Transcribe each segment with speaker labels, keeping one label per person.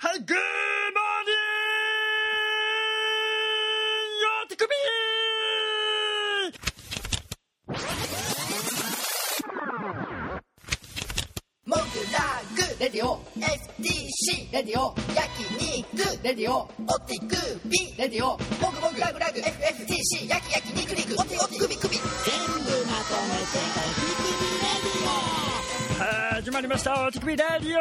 Speaker 1: グーモーニングよってく
Speaker 2: モグラグレディオ STC レディオ焼肉レディオオティクビレディオモグモグラグラグ FFTC 焼き焼き肉肉オティオティクビクビ
Speaker 1: 始まりました、手首ラジオ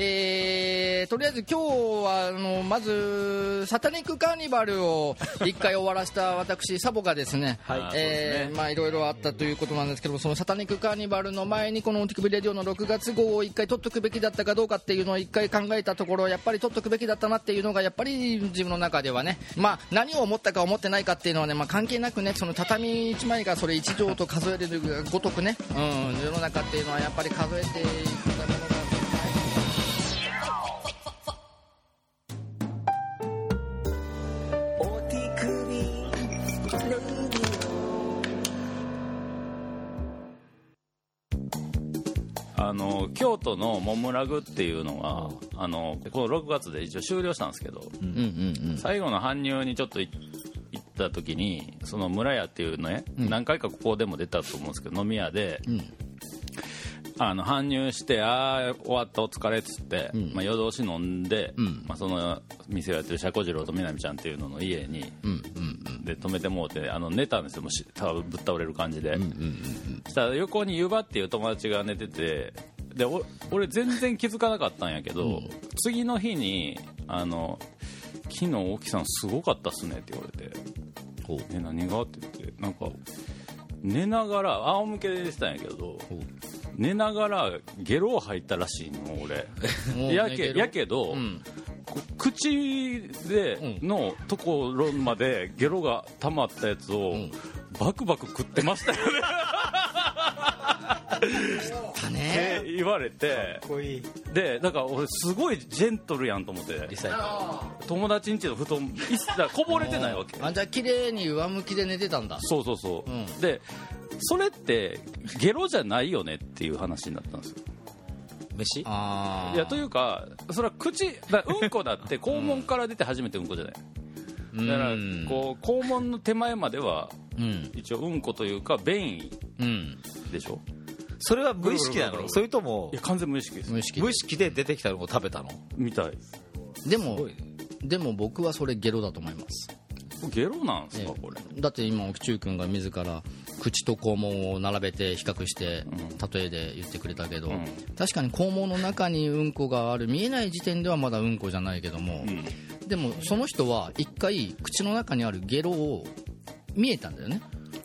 Speaker 3: えー、とりあえず今日はあのまずサタニックカーニバルを一回終わらせた私サボがです ね、
Speaker 1: はい
Speaker 3: えーまあいろいろあったということなんですけどもそのサタニックカーニバルの前にこの「お手首レディオ」の6月号を一回取っとくべきだったかどうかっていうのを一回考えたところやっぱり取っとくべきだったなっていうのがやっぱり自分の中ではねまあ何を思ったか思ってないかっていうのはねまあ関係なくねその畳1枚がそれ1畳と数えるごとくねうん世の中っていうのはやっぱり数えていくためのが
Speaker 4: あの京都のモムラグっていうのはあのこの6月で一応終了したんですけど、
Speaker 3: うんうんうん
Speaker 4: 最後の搬入にちょっとい行った時にその村屋っていうね、何回かここでも出たと思うんですけど飲み屋で、あの搬入してああ終わったお疲れっつって、まあ、夜通し飲んで、まあ、その店をやってる車庫次郎と南ちゃんっていうのの家に、で泊めてもうてあの寝たんですよもうしたぶっ倒れる感じで、したら横に湯葉っていう友達が寝ててでお俺全然気づかなかったんやけど、次の日にあの昨日沖さんすごかったっすねって言われて「え何が?」って言ってなんか寝ながら仰向けでしたんやけど寝ながらゲロを吐いたらしいの俺
Speaker 3: もう
Speaker 4: や
Speaker 3: ね
Speaker 4: け
Speaker 3: ゲロ
Speaker 4: やけど、
Speaker 3: ん
Speaker 4: こ口でのところまでゲロが溜まったやつを、バクバク食ってましたよね
Speaker 3: だね
Speaker 4: って言われてでなんか俺すごいジェントルやんと思って友達ん家の布団いっだからこぼれてないわけ
Speaker 3: あじゃあ綺麗に上向きで寝てたんだ
Speaker 4: そうそうそう、
Speaker 3: うん
Speaker 4: でそれってゲロじゃないよねっていう話になったんですよ
Speaker 1: 飯
Speaker 3: ああ
Speaker 4: いやというかそれは口だからうんこだって肛門から出て初めてうんこじゃないだからこう肛門の手前までは
Speaker 3: うん
Speaker 4: 一応うんこというか便意
Speaker 3: うん
Speaker 4: でしょ
Speaker 1: それは無意識なのそれとも
Speaker 4: いや完全無意識です
Speaker 3: 無意識で
Speaker 1: 無意識で出てきたのを食べたの
Speaker 4: みたい
Speaker 3: でもでも僕はそれゲロだと思います
Speaker 4: ゲロなんですか
Speaker 3: ええ
Speaker 4: これ
Speaker 3: だって今奥中君が自ら口と肛門を並べて比較して
Speaker 4: ん
Speaker 3: 例えで言ってくれたけど、
Speaker 4: ん
Speaker 3: 確かに肛門の中にうんこがある見えない時点ではまだうんこじゃないけども、
Speaker 4: ん
Speaker 3: でもその人は一回口の中にあるゲロを見えたんだよね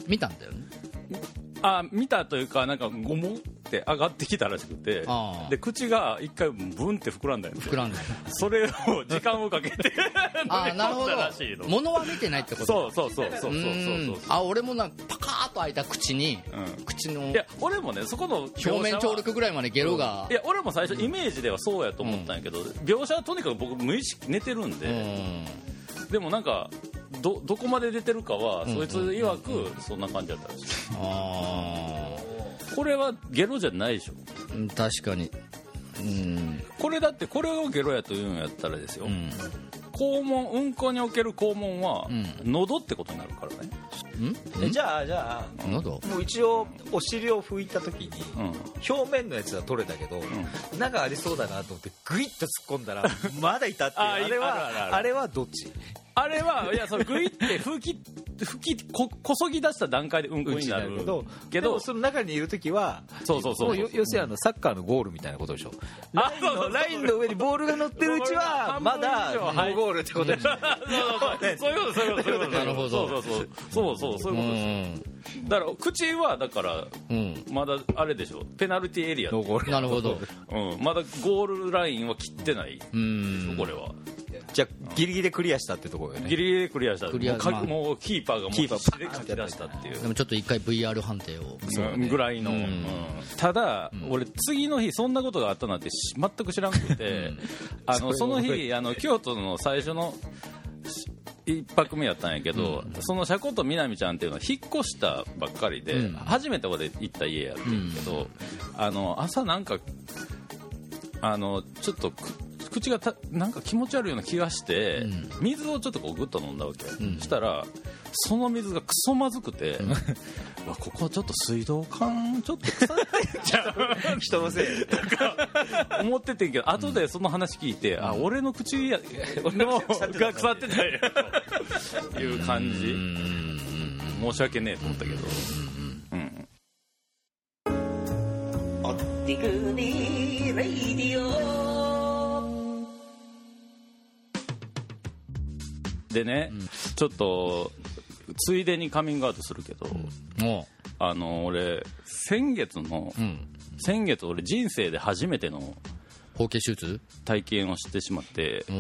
Speaker 3: 見たんだよ ね
Speaker 4: あ見たというかなんかゴモって上がってきたらしくて
Speaker 3: あー
Speaker 4: で口が一回ブンって膨らんだんです
Speaker 3: 膨らんで
Speaker 4: それを時間をかけて
Speaker 3: ああなる
Speaker 4: 飲
Speaker 3: ほ
Speaker 4: んだらしい
Speaker 3: ど
Speaker 4: の
Speaker 3: 物は見てないってこと
Speaker 4: そうそうそうそうそうそう
Speaker 3: ーん
Speaker 4: そう
Speaker 3: あ俺もなんかパカーッと開いた口に、
Speaker 4: うん
Speaker 3: 口の
Speaker 4: いや俺もねそこの
Speaker 3: 表面張
Speaker 4: 力
Speaker 3: 力ぐらいまでゲロが
Speaker 4: いや俺も最初イメージではそうやと思ったんやけど、描写はとにかく僕無意識寝てるん
Speaker 3: う
Speaker 4: で、
Speaker 3: ん
Speaker 4: でもなんかどどこまで出てるかは、そいつ曰くそんな感じだったらしい
Speaker 3: あ
Speaker 4: これはゲロじゃないでしょ
Speaker 3: ーうん確かにうん
Speaker 4: これだってこれをゲロやというんやったらですよ、
Speaker 3: うん
Speaker 4: 肛門うんこにおける肛門は、
Speaker 3: う
Speaker 4: 喉ってことになるからね、
Speaker 3: ん
Speaker 5: じゃあじゃあ
Speaker 3: 喉
Speaker 5: もう一応お尻を拭いた時に
Speaker 4: う
Speaker 5: 表面のやつは取れたけど、中ありそうだなと思ってグイッと突っ込んだらまだいたっていう
Speaker 4: あ
Speaker 5: あ
Speaker 4: い
Speaker 5: れ
Speaker 4: あるあるある
Speaker 5: はあれはどっち
Speaker 4: あれはいやそのグイって吹き吹きここそぎ出した段階でうんこになる
Speaker 5: けど
Speaker 4: け
Speaker 5: で
Speaker 4: ど
Speaker 5: もその中にいる時は
Speaker 4: そうそうそう
Speaker 5: もよ要するにあのサッカーのゴールみたいなことでしょライン
Speaker 4: そうそうそ
Speaker 5: の
Speaker 4: う
Speaker 5: ラインの上にボールが乗ってるうちは
Speaker 4: ボー
Speaker 5: ま
Speaker 4: ルが半分以上
Speaker 5: だ
Speaker 4: はい
Speaker 5: ノーゴールってことでしょ
Speaker 4: そういうことそういうことそういうこと
Speaker 3: なるほど
Speaker 4: そうそうそうそうそうそういう
Speaker 3: う
Speaker 4: ことです
Speaker 3: ん
Speaker 4: だから口はだから
Speaker 3: うん
Speaker 4: まだあれでしょペナルティーエリア、
Speaker 5: ノーゴール
Speaker 3: なるほど
Speaker 4: うん、まだゴールラインは切ってないでし
Speaker 3: う
Speaker 4: ょ
Speaker 3: ん
Speaker 4: これは
Speaker 5: じゃあギリギリでクリアしたってところよね
Speaker 4: ギリギリでクリアした
Speaker 3: クリア
Speaker 4: もうか
Speaker 3: まあ
Speaker 4: もうキーパーがもう
Speaker 5: キーパー
Speaker 4: 必死で書き出したっていう
Speaker 3: でもちょっと一回 VR 判定を
Speaker 4: うんぐらいの、
Speaker 3: ん
Speaker 4: うんただ、俺次の日そんなことがあったなんてし全く知らなくて、 あのその日あの京都の最初のし一泊目やったんやけど、その車庫とみなみちゃんっていうのは引っ越したばっかりで、
Speaker 3: うん
Speaker 4: 初めて俺行った家やってんけど、あの朝なんかあのちょっとく口がたなんか気持ち悪いような気がして、水をちょっとこうグッと飲んだわけ、したらその水がクソまずくて、うわここちょっと水道管ちょっと 腐ってんじゃん
Speaker 5: 人のせいで
Speaker 4: 思っててんけど後でその話聞いて、あ俺の口 や俺もが腐ってたんやという感じ申し訳ねえと思ったけどうんでね、ちょっとついでにカミングアウトするけど、
Speaker 3: も
Speaker 4: あの俺先月の、
Speaker 3: う、うん、
Speaker 4: 先月俺人生で初めての
Speaker 3: 包茎手術、
Speaker 4: 体験をしてしまって
Speaker 3: う、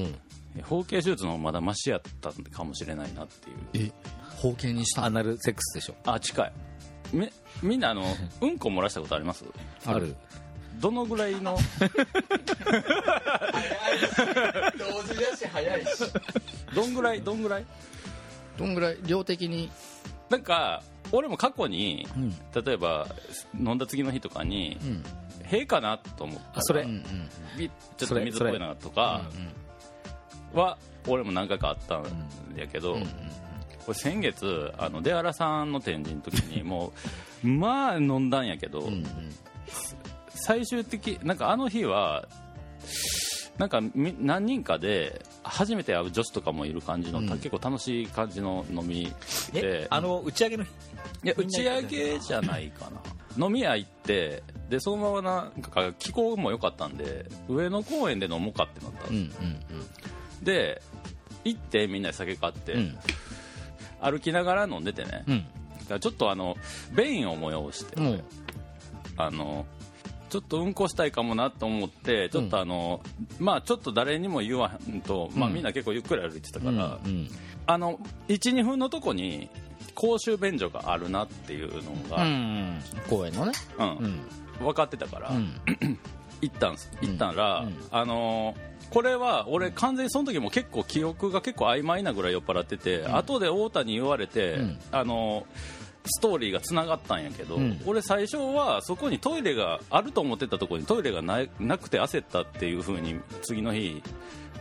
Speaker 3: ん、
Speaker 4: 包茎手術の方がまだマシやったんかもしれないなってい
Speaker 3: え
Speaker 4: う
Speaker 3: 包茎にした
Speaker 1: アナルセックスでしょ
Speaker 4: あ近いみみんな あのうんこ漏らしたことあります
Speaker 1: ある
Speaker 4: どのぐらい の
Speaker 5: 同時だし早いし
Speaker 4: どんぐらいどんぐらい
Speaker 3: どんぐらい量的に
Speaker 4: なんか俺も過去に、
Speaker 3: ん
Speaker 4: 例えば飲んだ次の日とかに、へえかなと思った
Speaker 1: あそれ、
Speaker 3: うんうん
Speaker 4: ビちょっと水っぽいなとかは俺も何回かあったんやけど、これ先月あの出原さんの展示の時にもうまあ飲んだんやけど、最終的なんかあの日はなんかみ何人かで初めて会う女子とかもいる感じの、結構楽しい感じの飲みで
Speaker 1: えあの打ち上げの日
Speaker 4: いや打ち上げじゃないかな飲み屋行ってでそのままなんか気候も良かったんで上野公園で飲もうかってなった、
Speaker 3: うんうん
Speaker 4: で行ってみんなで酒買って、
Speaker 3: うん
Speaker 4: 歩きながら飲んでてね、
Speaker 3: うん
Speaker 4: だからちょっとあの便を催して、
Speaker 3: うんうん
Speaker 4: あのちょっとうんこしたいかもなと思ってちょっとあの、まあちょっと誰にも言わんと、まあ、みんな結構ゆっくり歩いてたから、
Speaker 3: うん
Speaker 4: あの12分のとこに公衆便所があるなっていうの
Speaker 3: う
Speaker 4: が、
Speaker 3: ん公園のね
Speaker 4: うん
Speaker 3: うん
Speaker 4: 分かってたから、
Speaker 3: うん
Speaker 4: 行ったんす行ったら、あのーこれは俺完全にその時も結構記憶が結構曖昧なぐらい酔っ払ってて、後で太田に言われて、
Speaker 3: ん
Speaker 4: あのーストーリーがつながったんやけど、
Speaker 3: ん
Speaker 4: 俺最初はそこにトイレがあると思ってたところにトイレがないなくて焦ったっていう風に次の日い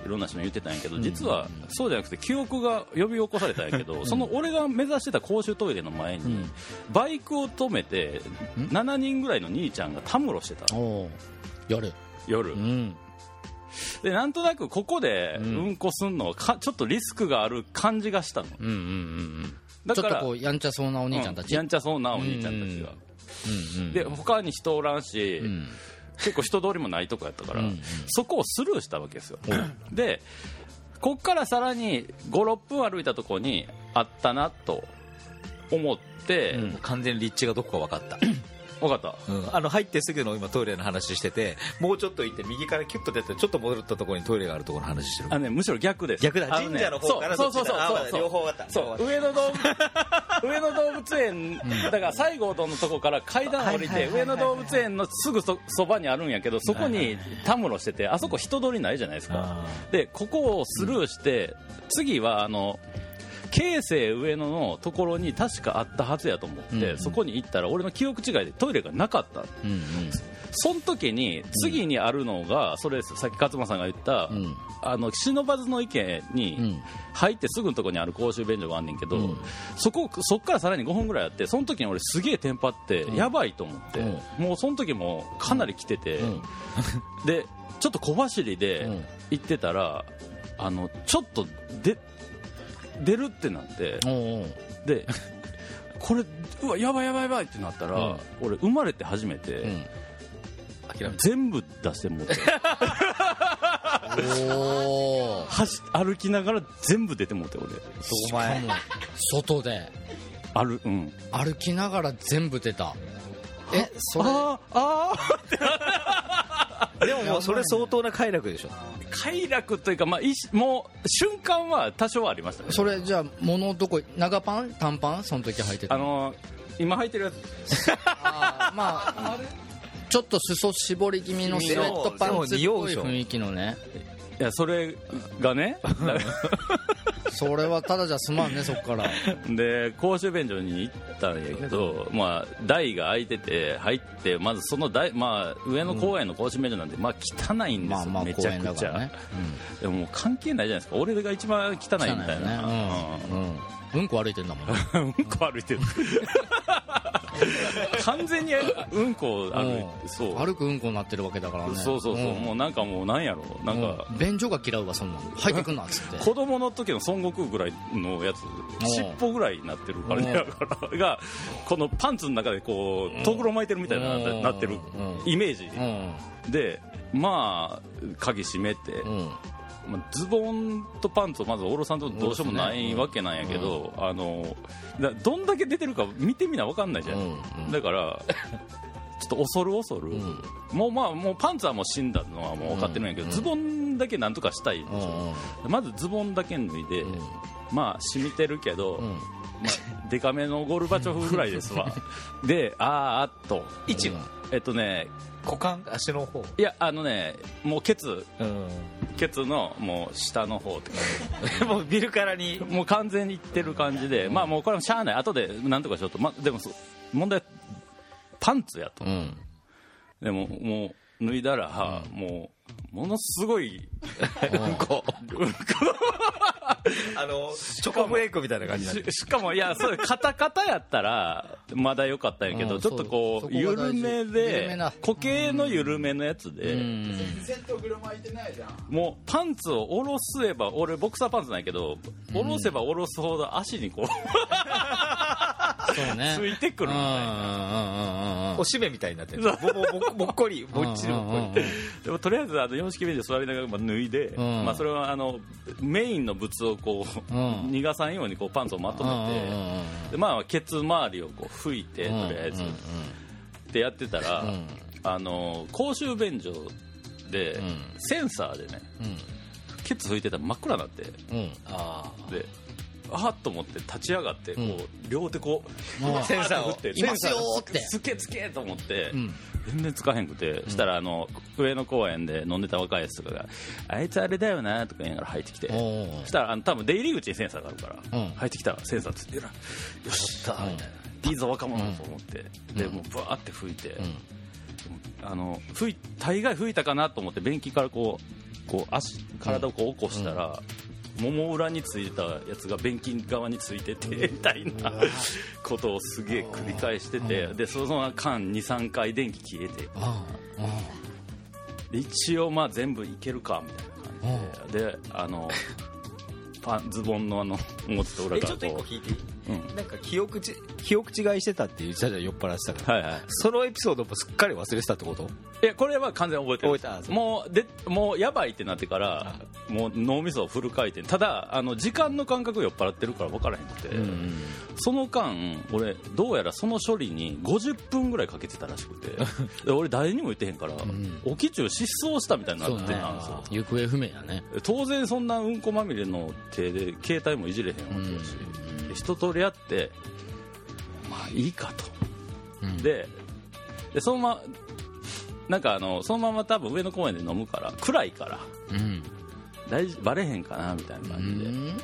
Speaker 4: ろんな人に言ってたんやけど実はそうじゃなくて記憶が呼び起こされたんやけど、その俺が目指してた公衆トイレの前に、バイクを止めて7人ぐらいの兄ちゃんがたむろしてた
Speaker 3: おーやる
Speaker 4: 夜、
Speaker 3: うん
Speaker 4: でなんとなくここで
Speaker 3: ん
Speaker 4: うんこすんのはかちょっとリスクがある感じがしたの
Speaker 3: うんうんうんうん
Speaker 4: だ
Speaker 3: ちょ
Speaker 4: か
Speaker 3: っと
Speaker 4: ら
Speaker 3: こうやんちゃそうなお兄ちゃんた
Speaker 4: う
Speaker 3: ち
Speaker 4: やんちゃそうなお兄ちゃんたちが、
Speaker 3: うんうん
Speaker 4: で他に人おらんし、
Speaker 3: ん
Speaker 4: 結構人通りもないとこやったから、
Speaker 3: うんうん
Speaker 4: そこをスルーしたわけですよ、でこっからさらに56分歩いたとこにあったなと思って、
Speaker 1: もう完全に立地がどこか分かった、
Speaker 4: 分かった
Speaker 1: うんあの入ってすぐの今トイレの話しててもうちょっと行って右からキュッと出てちょっと戻ったところにトイレがあるところの話してる
Speaker 4: あのね、むしろ逆です
Speaker 1: 逆だ
Speaker 4: あね
Speaker 1: 神社の方から
Speaker 4: そ
Speaker 1: ど
Speaker 4: う
Speaker 1: っ
Speaker 4: そう
Speaker 1: ち
Speaker 4: そう
Speaker 1: だ
Speaker 4: そう
Speaker 1: あ
Speaker 4: そう
Speaker 1: 両方あった
Speaker 4: そう上野動 物上野動物園だから西郷どんのとこから階段降りて上野動物園のすぐそそばにあるんやけどそこにたむろしててあそこ人通りないじゃないですか
Speaker 1: あ
Speaker 4: でここをスルーして次はあの京成上野のところに確かあったはずやと思って、そこに行ったら俺の記憶違いでトイレがなかった
Speaker 3: うん
Speaker 4: その時に次にあるのが、それですさっき勝間さんが言った、
Speaker 3: ん
Speaker 4: あの忍ばずの池
Speaker 3: う
Speaker 4: に
Speaker 3: ん
Speaker 4: 入ってすぐのとこにある公衆便所があんねんけど、そこそっからさらに5分ぐらいあってその時に俺すげえテンパって、やばいと思って、
Speaker 3: う
Speaker 4: もうその時もかなり来てて、
Speaker 3: うん
Speaker 4: でちょっと小走りで
Speaker 3: うん
Speaker 4: 行ってたら、あのちょっとで出るってなって、
Speaker 3: うんおーおー
Speaker 4: でこれうわやばいやばいやばいってなったら、
Speaker 3: うん
Speaker 4: 俺生まれて初めて。
Speaker 3: うん
Speaker 1: 諦め
Speaker 4: 全部出してもうて
Speaker 3: おー
Speaker 4: 走歩きながら全部出てもうて俺
Speaker 1: お前
Speaker 3: 外で
Speaker 4: あるうん
Speaker 3: 歩きながら全部出たえそれ
Speaker 4: あーあー
Speaker 1: でももうそれ相当な快楽でしょ
Speaker 4: 快楽というか、まあ、一瞬もう瞬間は多少はありましたね
Speaker 3: それじゃあ物どこ長パン短パンその時履いてた
Speaker 4: あの今履いてるやつ
Speaker 3: あーまあちょっと裾絞り気味のスウェットパンツっぽい雰囲気のね
Speaker 4: いやそれがねだから
Speaker 3: それはただじゃ済まんねそっから
Speaker 4: で公衆便所に行ったんやけど、まあ、台が空いてて入ってまずその台、まあ、上の公園の公衆便所なんて、まあ、汚いんですよ、
Speaker 3: まあまあ
Speaker 4: め
Speaker 3: 公
Speaker 4: ちゃ
Speaker 3: 園だ
Speaker 4: く
Speaker 3: か
Speaker 4: ち
Speaker 3: ら
Speaker 4: ゃ、
Speaker 3: ね
Speaker 4: でももう関係ないじゃないですか俺が一番汚いみたい
Speaker 3: 汚い
Speaker 4: な、
Speaker 3: よねうん、うん、うんこ歩いてんだもんね
Speaker 4: うんうんこ歩 いてる完全にうんこを歩いてそう
Speaker 3: 歩くうんこになってるわけだからね
Speaker 4: そうそうそう、
Speaker 3: ん
Speaker 4: もうなんかもうなんやろなんか、
Speaker 3: うん便所が嫌うわそんなの入ってくんなっつって
Speaker 4: 子供の時の孫悟空ぐらいのやつ尻尾ぐらいになってるからねだからがこのパンツの中でこうとぐろ巻いてるみたいな
Speaker 3: うん
Speaker 4: なってるイメージ
Speaker 3: うん
Speaker 4: でまあ鍵閉めて、
Speaker 3: うん
Speaker 4: まあズボンとパンツをまずおろさんとどうしようもないわけなんやけど、あのだどんだけ出てるか見てみな分かんないじゃん、
Speaker 3: うんうん
Speaker 4: だからちょっと恐る恐る、
Speaker 3: ん
Speaker 4: もうまあもうパンツはもう死んだのはもう分かってるんやけど、ズボンだけなんとかしたいでし
Speaker 3: う
Speaker 4: ょ、
Speaker 3: んうん
Speaker 4: まずズボンだけ脱いで、まあ染みてるけど、まあ、デカめのゴルバチョフぐらいです わであーあっと
Speaker 5: 位置は
Speaker 4: えっとね
Speaker 5: 股間足の方
Speaker 4: いやあのねもうケツ
Speaker 5: うん
Speaker 4: ケツのもう下の方って 感
Speaker 5: もう見るからに
Speaker 4: じもう完全にいってる感じで、まあもうこれもしゃあない後でなんとかしようと、まあ、でもそう問題はパンツやと、
Speaker 3: うん
Speaker 4: でももう脱いだら、もうものすご い
Speaker 5: うんこあのチョコブレイクみたいな感じになって
Speaker 4: し しかもいやそうカタカタやったらまだ良かったんやけど、
Speaker 3: うん
Speaker 4: ちょっとこ
Speaker 3: そううそこが
Speaker 4: 緩
Speaker 3: 大事
Speaker 4: め
Speaker 3: 緩め
Speaker 4: で
Speaker 3: な
Speaker 4: 固形の緩めのやつで、もうパンツを下ろせば俺ボクサーパンツなんやけど下ろせば下ろすほど足にこう
Speaker 3: そうね
Speaker 4: ついてくる
Speaker 3: うん
Speaker 4: み
Speaker 3: う
Speaker 4: たいな。
Speaker 3: んうんうんうん
Speaker 5: おしめみたいになってるぼぼぼぼっこりぼっちりぼっこり
Speaker 4: でもとりあえずあの様式便所座りながらまあ脱いで、
Speaker 3: ん
Speaker 4: まあ、それはあのメインの物をこ
Speaker 3: う
Speaker 4: う、
Speaker 3: ん
Speaker 4: 逃がさんようにこうパンツをまとめて、
Speaker 3: うんうんうん
Speaker 4: でまあ、ケツ周りをこう拭いてとりあえず、
Speaker 3: うんうん
Speaker 4: ってやってたら、
Speaker 3: ん
Speaker 4: あの公衆便所で、センサーでねケツ拭いてたら真っ暗になって
Speaker 3: うんうん
Speaker 5: あ
Speaker 4: であっと思って立ち上がってこう、両手こう、
Speaker 3: うん
Speaker 5: センサーを
Speaker 4: バッて振って
Speaker 3: いますよーって
Speaker 4: つけつけと思って、
Speaker 3: ん
Speaker 4: 全然つかへんくて、したらあの上野公園で飲んでた若いやつとかがあいつあれだよなとか言いながら入ってきて
Speaker 3: おー
Speaker 4: そしたらあの多分出入り口にセンサーがあるから、
Speaker 3: うん
Speaker 4: 入ってきたらセンサーつってよしやったみたいな、いいぞ若者と思って、でもうバーって吹いて、あの吹い大概吹いたかなと思って便器からこうこう足体をこう起こしたら、もも裏についたやつが便器側についててみたいなことをすげえ繰り返してて、でその間23回電気消えて
Speaker 3: ああ
Speaker 4: で一応まあ全部いけるかみたいな感じで、であの パンズボンのあの表と
Speaker 5: あ
Speaker 4: 裏
Speaker 5: え
Speaker 4: か
Speaker 5: ちょ
Speaker 4: ら
Speaker 5: っと一個
Speaker 4: こ
Speaker 5: 聞いていい、
Speaker 4: うん
Speaker 5: なんか記憶ち記憶違いしてたって言ってたじゃん酔っ払ってたから
Speaker 4: うはいはい
Speaker 5: そのエピソードもすっかり忘れてたってこと
Speaker 4: いやこれは完全に覚えてる
Speaker 5: 覚えたんですね
Speaker 4: もうでもうやばいってなってからもう脳みそをフル回転ただあの時間の感覚酔っ払ってるから分からへんくて、その間俺どうやらその処理に50分ぐらいかけてたらしくて で俺誰にも言ってへんから、起き中失踪したみたいにな
Speaker 3: そう
Speaker 4: って
Speaker 3: ね
Speaker 4: たんですよ
Speaker 3: 行方不明やね
Speaker 4: 当然そんなうんこまみれの手で携帯もいじれへんわけだし、で一通りやってまあいいかと、ででそのままなんかあのそのまま多分上野公園で飲むから暗いから
Speaker 3: うん
Speaker 4: 大事バレへんかなみたいな感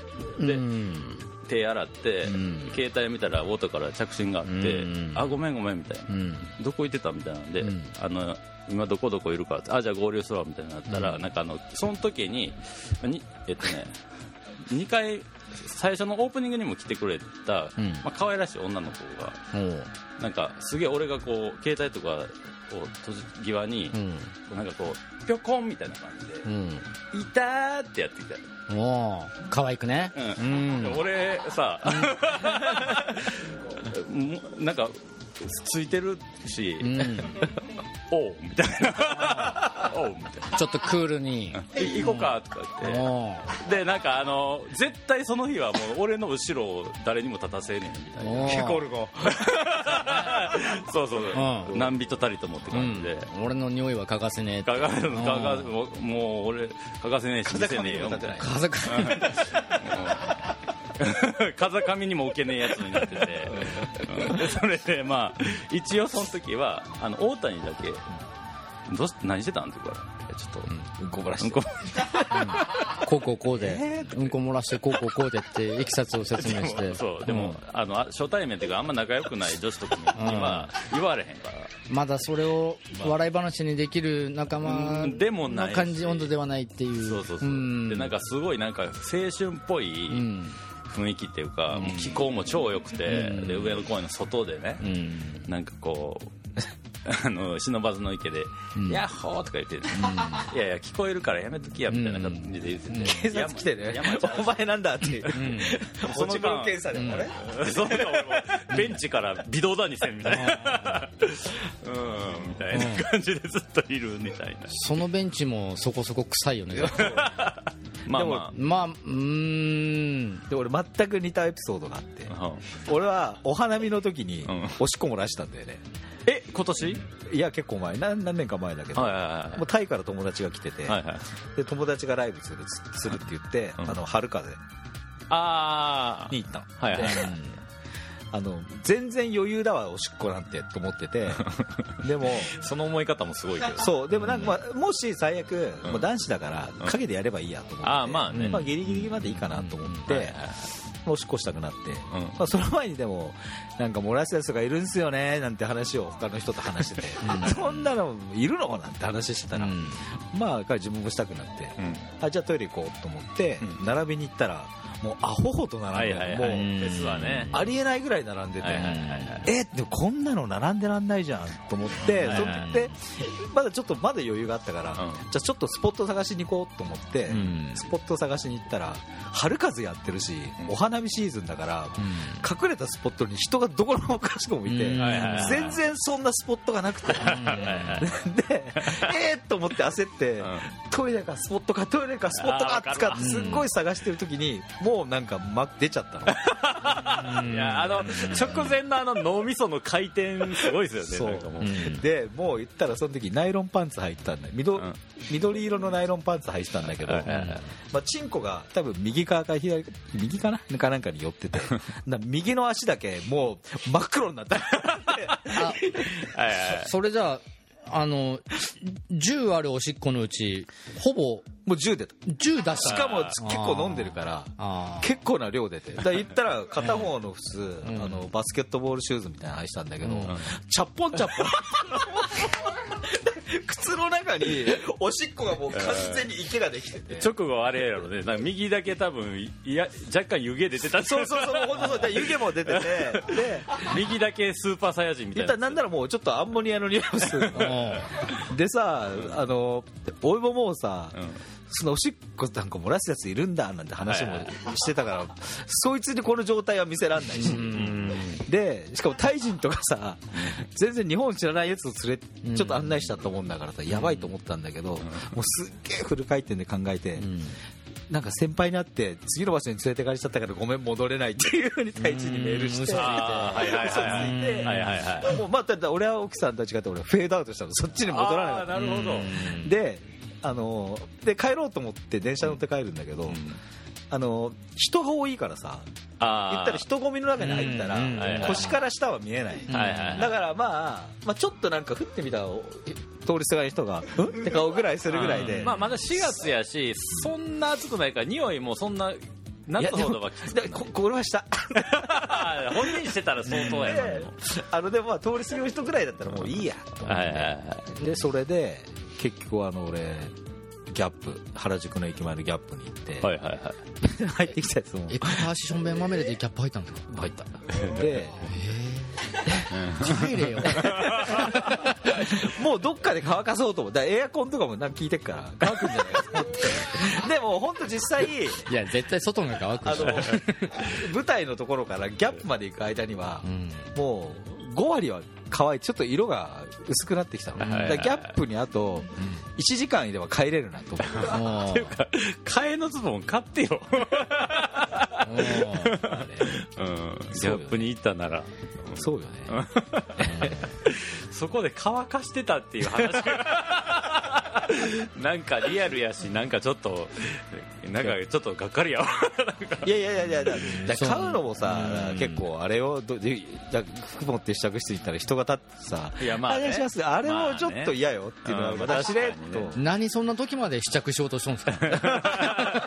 Speaker 4: じで、で
Speaker 3: うん
Speaker 4: 手洗って、
Speaker 3: ん
Speaker 4: 携帯見たら音から着信があって、
Speaker 3: うん
Speaker 4: あごめんごめんみたいな、
Speaker 3: うん
Speaker 4: どこ行ってたみたいなんで、
Speaker 3: ん
Speaker 4: あの今どこどこいるからってあじゃあ合流するわみたいになったら、なんかあのその時ににえっとね2回最初のオープニングにも来てくれた、
Speaker 3: うん
Speaker 4: まあ可愛らしい女の子が
Speaker 3: おう
Speaker 4: なんかすげえ俺がこう携帯とかを閉じ際に、
Speaker 3: うん
Speaker 4: なんかこうぴょこんみたいな感じで
Speaker 3: う
Speaker 4: 「
Speaker 3: ん
Speaker 4: いた!」ってやってきた
Speaker 3: おう可愛くね
Speaker 4: う
Speaker 3: うん
Speaker 4: 俺さ、 もうなんかついてるし、
Speaker 3: うん
Speaker 4: おうみたいな おうみたいな
Speaker 3: ちょっとクールに
Speaker 4: い行こうかとか言って、
Speaker 3: おう
Speaker 4: でなんかあの絶対その日はもう俺の後ろを誰にも立たせねえみたいな
Speaker 3: おう
Speaker 4: そうそうそう、
Speaker 3: うん
Speaker 4: 何人たりともって
Speaker 3: う
Speaker 4: 感じで、
Speaker 3: ん俺の匂いは嗅がせねえって
Speaker 4: かがかがもうもう俺かがせねえし見せねえよみたいな
Speaker 3: 風か
Speaker 4: うん 風上にも置けねえやつになってて、うんそれでまあ一応その時はあの大谷だけどうし何してたんって言うから、えっちょっと、
Speaker 1: ごぼら
Speaker 4: うん
Speaker 1: して
Speaker 4: こ
Speaker 3: こうこうこうでうんこ漏らしてこうこうこうでっていきさつを説明して
Speaker 4: そうでも、
Speaker 3: ん
Speaker 4: あのあ初対面っていうかあんま仲良くない女子とかに今言われへんか
Speaker 3: まだそれを笑い話にできる仲間
Speaker 4: うんでもない
Speaker 3: の
Speaker 4: し
Speaker 3: 感じ温度ではないってい
Speaker 4: ら
Speaker 3: う
Speaker 4: そうそうそう、
Speaker 3: ん
Speaker 4: でなんかすごいなんか青春っぽい
Speaker 3: うん
Speaker 4: 雰囲気っていうか、もう気候も超良くて、で上野公園の外でね、
Speaker 3: うん
Speaker 4: なんかこう あの忍ばずの池で「ヤッホー!」とか言って、いやいや聞こえるからやめときや」みたいな感じで言ってて、警
Speaker 5: 警察来てね
Speaker 4: 山ちゃん
Speaker 5: お前なんだって
Speaker 4: その
Speaker 5: 落ち
Speaker 4: 間
Speaker 5: 分検査でもね
Speaker 4: そんな俺もベンチから微動だにせんみたいなうんみたいな感じでずっといるみたいな
Speaker 3: そのベンチもそこそこ臭いよね
Speaker 4: まあま
Speaker 3: まあうーん
Speaker 5: で俺全く似たエピソードがあって
Speaker 4: あ
Speaker 5: 俺はお花見の時に
Speaker 4: うん
Speaker 5: おしっこ漏らしたんだよね
Speaker 4: え今年
Speaker 5: いや結構前何何年か前だけど
Speaker 4: はい
Speaker 5: も
Speaker 4: は
Speaker 5: うタイから友達が来てて
Speaker 4: いはいはいはい
Speaker 5: で友達がライブするするって言って
Speaker 4: うん
Speaker 5: あの春風
Speaker 4: ああ
Speaker 5: に行ったの
Speaker 4: はいはい
Speaker 5: であの全然余裕だわおしっこなんてと思っ ててでも
Speaker 4: その思い方もすごいけど
Speaker 5: そうでもなんか、まあ、もし最悪、
Speaker 4: うん
Speaker 5: もう男子だから陰でやればいいやと思って、
Speaker 4: あーまあね
Speaker 5: ギリギリまでいいかなと思って、
Speaker 4: はいはいはい
Speaker 5: おしっこしたくなって、
Speaker 4: うん
Speaker 5: まあ、その前にでもなんか漏らすやつがいるんすよねなんて話を他の人と 話してて、そんなのいるのなんて話してたら、
Speaker 3: うん
Speaker 5: まあ彼自分もしたくなって、
Speaker 4: うん
Speaker 5: あじゃあトイレ行こうと思って、並びに行ったらもうアホほど
Speaker 4: は
Speaker 5: 並
Speaker 4: い
Speaker 5: んで、
Speaker 4: はい
Speaker 5: も
Speaker 4: は
Speaker 5: う、
Speaker 4: い
Speaker 3: もう
Speaker 4: フェスはね
Speaker 5: ありえないぐらい並んでて、
Speaker 4: はいはいはいはい
Speaker 5: えでもこんなの並んでらんないじゃんと思って、
Speaker 4: はいはいはい
Speaker 5: そでまだちょっとまだ余裕があったから、
Speaker 4: うん
Speaker 5: じゃあちょっとスポット探しに行こうと思って、
Speaker 3: ん
Speaker 5: スポット探しに行ったら春風やってるし、
Speaker 4: うん
Speaker 5: お花見シーズンだから、隠れたスポットに人がどこもかしこもいて、
Speaker 3: うん
Speaker 4: はいはいはい
Speaker 5: 全然そんなスポットがなくて、でえーっと思って焦って、
Speaker 4: うん
Speaker 5: トイレかスポットかトイレかスポットか
Speaker 4: あーわかるわ
Speaker 5: つかってすっごい探してる時にもうなんか、ま、出ちゃったの。
Speaker 4: いやあの直前のあの脳みその回転すごいですよ
Speaker 5: そう
Speaker 4: ねなんかもう
Speaker 5: でもう言ったらその時ナイロンパンツ履いてたんだよ緑,、
Speaker 4: うん
Speaker 5: 緑色のナイロンパンツ履いてたんだけど、
Speaker 4: はいはいはい
Speaker 5: まあ、チンコが多分右側か左か右かなかなんかに寄っ ててな右の足だけもう真っ黒になった
Speaker 4: はいはいはい
Speaker 3: それじゃああの10あるおしっこのうちほぼ
Speaker 5: もう銃出た
Speaker 3: 10出し
Speaker 5: しかも結構飲んでるから
Speaker 3: あ
Speaker 5: 結構な量出てだから言ったら片方の普通、あのバスケットボールシューズみたいなの履いてたんだけど、
Speaker 3: うん
Speaker 5: チャッポンチャッポン 靴の中におしっこがもう完全に池ができてて
Speaker 4: 直後あれやろねなんか右だけ多分いや若干湯気出てた
Speaker 5: そうそうそう、本当そう、だから湯気も出て て、で、
Speaker 4: 右だけスーパーサイヤ人みた
Speaker 5: 言
Speaker 4: い
Speaker 5: った
Speaker 4: な
Speaker 5: らなんならもうちょっとアンモニアの匂いもする
Speaker 3: あ。うん
Speaker 5: でさ、あの、俺ももうさ、
Speaker 4: うん
Speaker 5: そのおしっこなんか漏らすやついるんだなんて話も
Speaker 4: はいは
Speaker 5: してたから、そいつにこの状態は見せらんないし、で、しかもタイ人とかさ、全然日本知らないやつを連れ、ちょっと案内しちゃったもんだからさ、やばいと思ったんだけど、もうすっげえフル回転で考えて、なんか先輩になって次の場所に連れてかれちゃったからごめん戻れないっていうふうに太一にメールして
Speaker 4: あーはいはいはいはいはいはいはい
Speaker 5: もうまあだって俺は奥さんと違って俺はフェードアウトしたのそっちに戻らなか
Speaker 4: あ
Speaker 5: っ
Speaker 4: ー
Speaker 5: た
Speaker 4: なるほど
Speaker 5: であので帰ろうと思って電車乗って帰るんだけど、あの人が多いからさ
Speaker 4: あー
Speaker 5: 言ったら人混みの中に入ったら、
Speaker 3: うん
Speaker 4: うん
Speaker 5: 腰から下は見えない、
Speaker 4: はいはいはい
Speaker 5: だからまあ、まあ、ちょっとなんか降ってみたらお通りすがりの人が「うん?」って顔ぐらいするぐらいで、
Speaker 4: まあまだ4月やしそんな暑くないから匂いもそんない
Speaker 5: や
Speaker 4: 夏
Speaker 5: で
Speaker 4: ほ
Speaker 5: も
Speaker 4: どはきつくな
Speaker 5: で
Speaker 4: い
Speaker 5: もここれは下
Speaker 4: あー本人してたら相当やな
Speaker 5: であのでもまあ通り過ぎの人ぐらいだったらもういいやと思っ
Speaker 4: はい
Speaker 5: て
Speaker 4: はいはい
Speaker 5: でそれで結局あの俺ギャップ原宿の駅前のギャップに行って、
Speaker 4: はいはいはい
Speaker 5: 入ってきた やつも
Speaker 3: え片足しょんべんまみれでキャップ入ったんですか
Speaker 5: 入ったで
Speaker 3: 帰れよ
Speaker 5: もうどっかで乾かそうと思ってだからエアコンとかもなんか効いてっから乾くんじゃないかと 思ってでも本当実 際
Speaker 3: いや絶対外が乾く
Speaker 5: あ
Speaker 3: でし
Speaker 5: の
Speaker 3: ょ
Speaker 5: 舞台のところからギャップまで行く間には
Speaker 3: うん
Speaker 5: もう5割は乾いてちょっと色が薄くなってきたのだ
Speaker 4: はいは
Speaker 5: か
Speaker 4: い
Speaker 5: らギャップにあと1時間いれば帰れるなと思 って
Speaker 3: もう
Speaker 4: 替えのズボン買ってよ、うん、ギャップに行ったなら
Speaker 5: そうよね
Speaker 4: そこで乾かしてたっていう話 なんかリアルやしなんかちょっとなんかちょっとがっかりやわ
Speaker 5: いやいやいやいやだだ
Speaker 3: そう
Speaker 5: 買うのもさ結構あれをどでだ服持って試着室行ったら人が立ってさ
Speaker 4: いやまあね
Speaker 5: れしますあれもちょっと嫌よっていうのは、
Speaker 4: まあね
Speaker 5: 私ね
Speaker 4: うん
Speaker 5: と
Speaker 4: 確か
Speaker 3: 何そんな時まで試着しようとしとんすか
Speaker 4: あ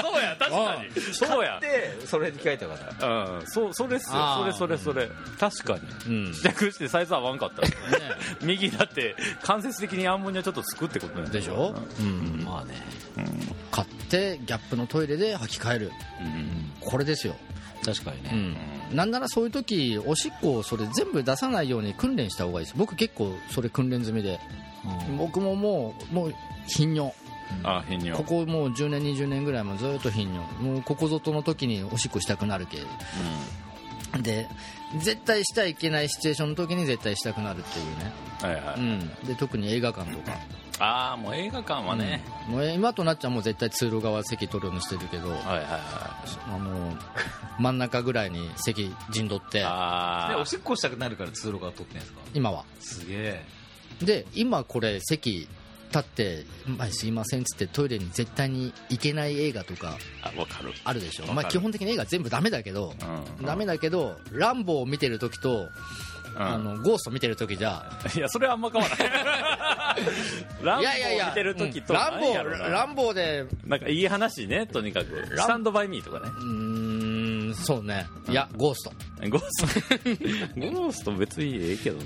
Speaker 4: そう や確かにそうや
Speaker 5: でそれに書いてよかった
Speaker 4: うん、そそれっすよ
Speaker 3: あー
Speaker 4: それそれそれ確かに
Speaker 3: うん
Speaker 4: 試着してサイズ合わんかった、右だって間接的にアンモニアちょっとつくってことね
Speaker 3: でしょうんまあね買ってギャップのトイレで履き替える
Speaker 4: うん
Speaker 3: これですよ
Speaker 5: 確かに
Speaker 3: う
Speaker 5: ね、
Speaker 3: んなんならそういう時おしっこをそれ全部出さないように訓練した方がいいです僕結構それ訓練済みで僕ももうもう頻尿
Speaker 4: あ変には
Speaker 3: ここもう10年20年ぐらいもずっと頻尿もうここぞとの時におしっこしたくなるけで絶対したらいけないシチュエーションの時に絶対したくなるっていうね、
Speaker 4: はいは
Speaker 3: う
Speaker 4: い、
Speaker 3: ん、で特に映画館と か、
Speaker 4: ああもう映画館はね、
Speaker 3: もう今となっちゃんもう絶対通路側席取るようにしてるけど
Speaker 4: はいはいは
Speaker 3: あの真ん中ぐらいに席陣取って
Speaker 4: いあ
Speaker 5: で
Speaker 4: あ
Speaker 5: おしっこしたくなるから通路側取ってんですか
Speaker 3: 今は
Speaker 5: すげえ
Speaker 3: で今これ席立って前すいませんっつってトイレに絶対に行けない映画とか
Speaker 4: わかる
Speaker 3: あるでしょ
Speaker 4: わかる
Speaker 3: まあ基本的に映画全部ダメだけど
Speaker 4: うん
Speaker 3: ダメだけどランボーを見てる時と
Speaker 4: うん
Speaker 3: あのゴースト見てる時じゃ
Speaker 4: いやそれはあん ま変わ らない
Speaker 3: い
Speaker 4: ラ
Speaker 3: やいやい
Speaker 4: ンボー
Speaker 3: や
Speaker 4: 見てる時と
Speaker 3: うんランボ
Speaker 4: 何やろな
Speaker 3: ーランボーで
Speaker 4: なんかいい話ねとにかくスタンドバイミーとか
Speaker 3: うーんそうねいやゴースト
Speaker 4: ねゴース トゴースト別にええけどな、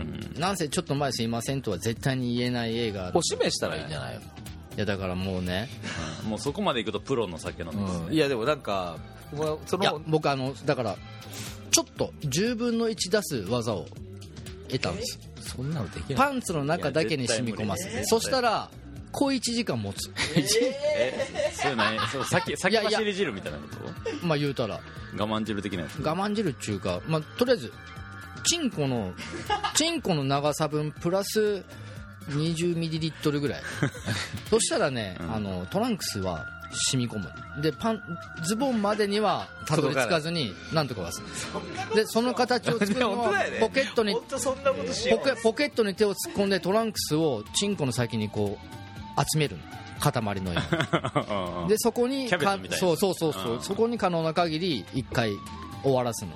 Speaker 4: うん
Speaker 3: なんせちょっと前すいませんとは絶対に言えない映画
Speaker 5: おしめしたらいいんじゃない
Speaker 3: いやだからもうね
Speaker 4: もうそこまで行くとプロの酒なんですね、
Speaker 5: いやでもなんかまあそ
Speaker 3: いや
Speaker 5: の
Speaker 3: 僕あのだからちょっと10分の1出す技を得たんです
Speaker 5: そんなのできい
Speaker 3: パンツの中だけに染み込ませ
Speaker 4: いや
Speaker 3: て
Speaker 4: 絶対
Speaker 3: そ
Speaker 4: 無理
Speaker 3: したら小1時間持つ
Speaker 4: そういうのねそう酒
Speaker 3: い
Speaker 4: 酒
Speaker 3: やいや
Speaker 4: 走り汁みたいなこ と
Speaker 3: まあ言うたら
Speaker 4: 我慢汁的なやつ
Speaker 3: 我慢汁っちゅうか、まあ、とりあえずチンコのチンコの長さ分プラス20ミリリットルぐら いそしたらね、あのトランクスは染み込むでパンズボンまでにはたどり着かずになんとかはすでその形を作るのはポケットに
Speaker 5: 本当そんなことし
Speaker 3: ポケポケットに手を突っ込んでトランクスをチンコの先にこう集めるの塊のよう にでそこに
Speaker 4: キャベツ
Speaker 3: か
Speaker 4: みたいな
Speaker 3: そうそうそうそうそこに可能な限り一回終わらすの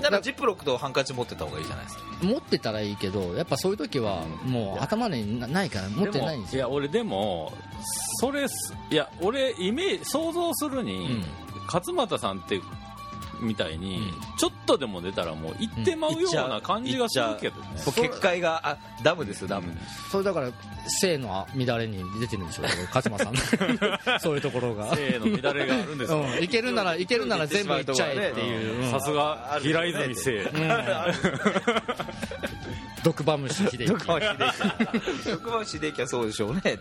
Speaker 5: ならジップロックとハンカチ持ってた方がいいじゃないですか
Speaker 3: 持ってたらいいけどやっぱそういう時はもう頭になないから持ってないんですよ
Speaker 4: もいや俺でもそれすいや俺イメージ想像するに、
Speaker 3: うん
Speaker 4: 勝俣さんってみたいに、ちょっとでも出たらもう行ってまうような感じがするけどね、
Speaker 5: もう結界があダムですよダム、
Speaker 3: それだから性の乱れに出てるんですよ 勝間さんそういうところが、
Speaker 4: 性の乱れがあるんですよ、
Speaker 3: うん、いけるならいけるなら全部いっちゃえっていう、うん
Speaker 4: さすが平泉聖
Speaker 3: 毒バムシ で
Speaker 5: 職場秀樹職場秀樹はそうでしょうねって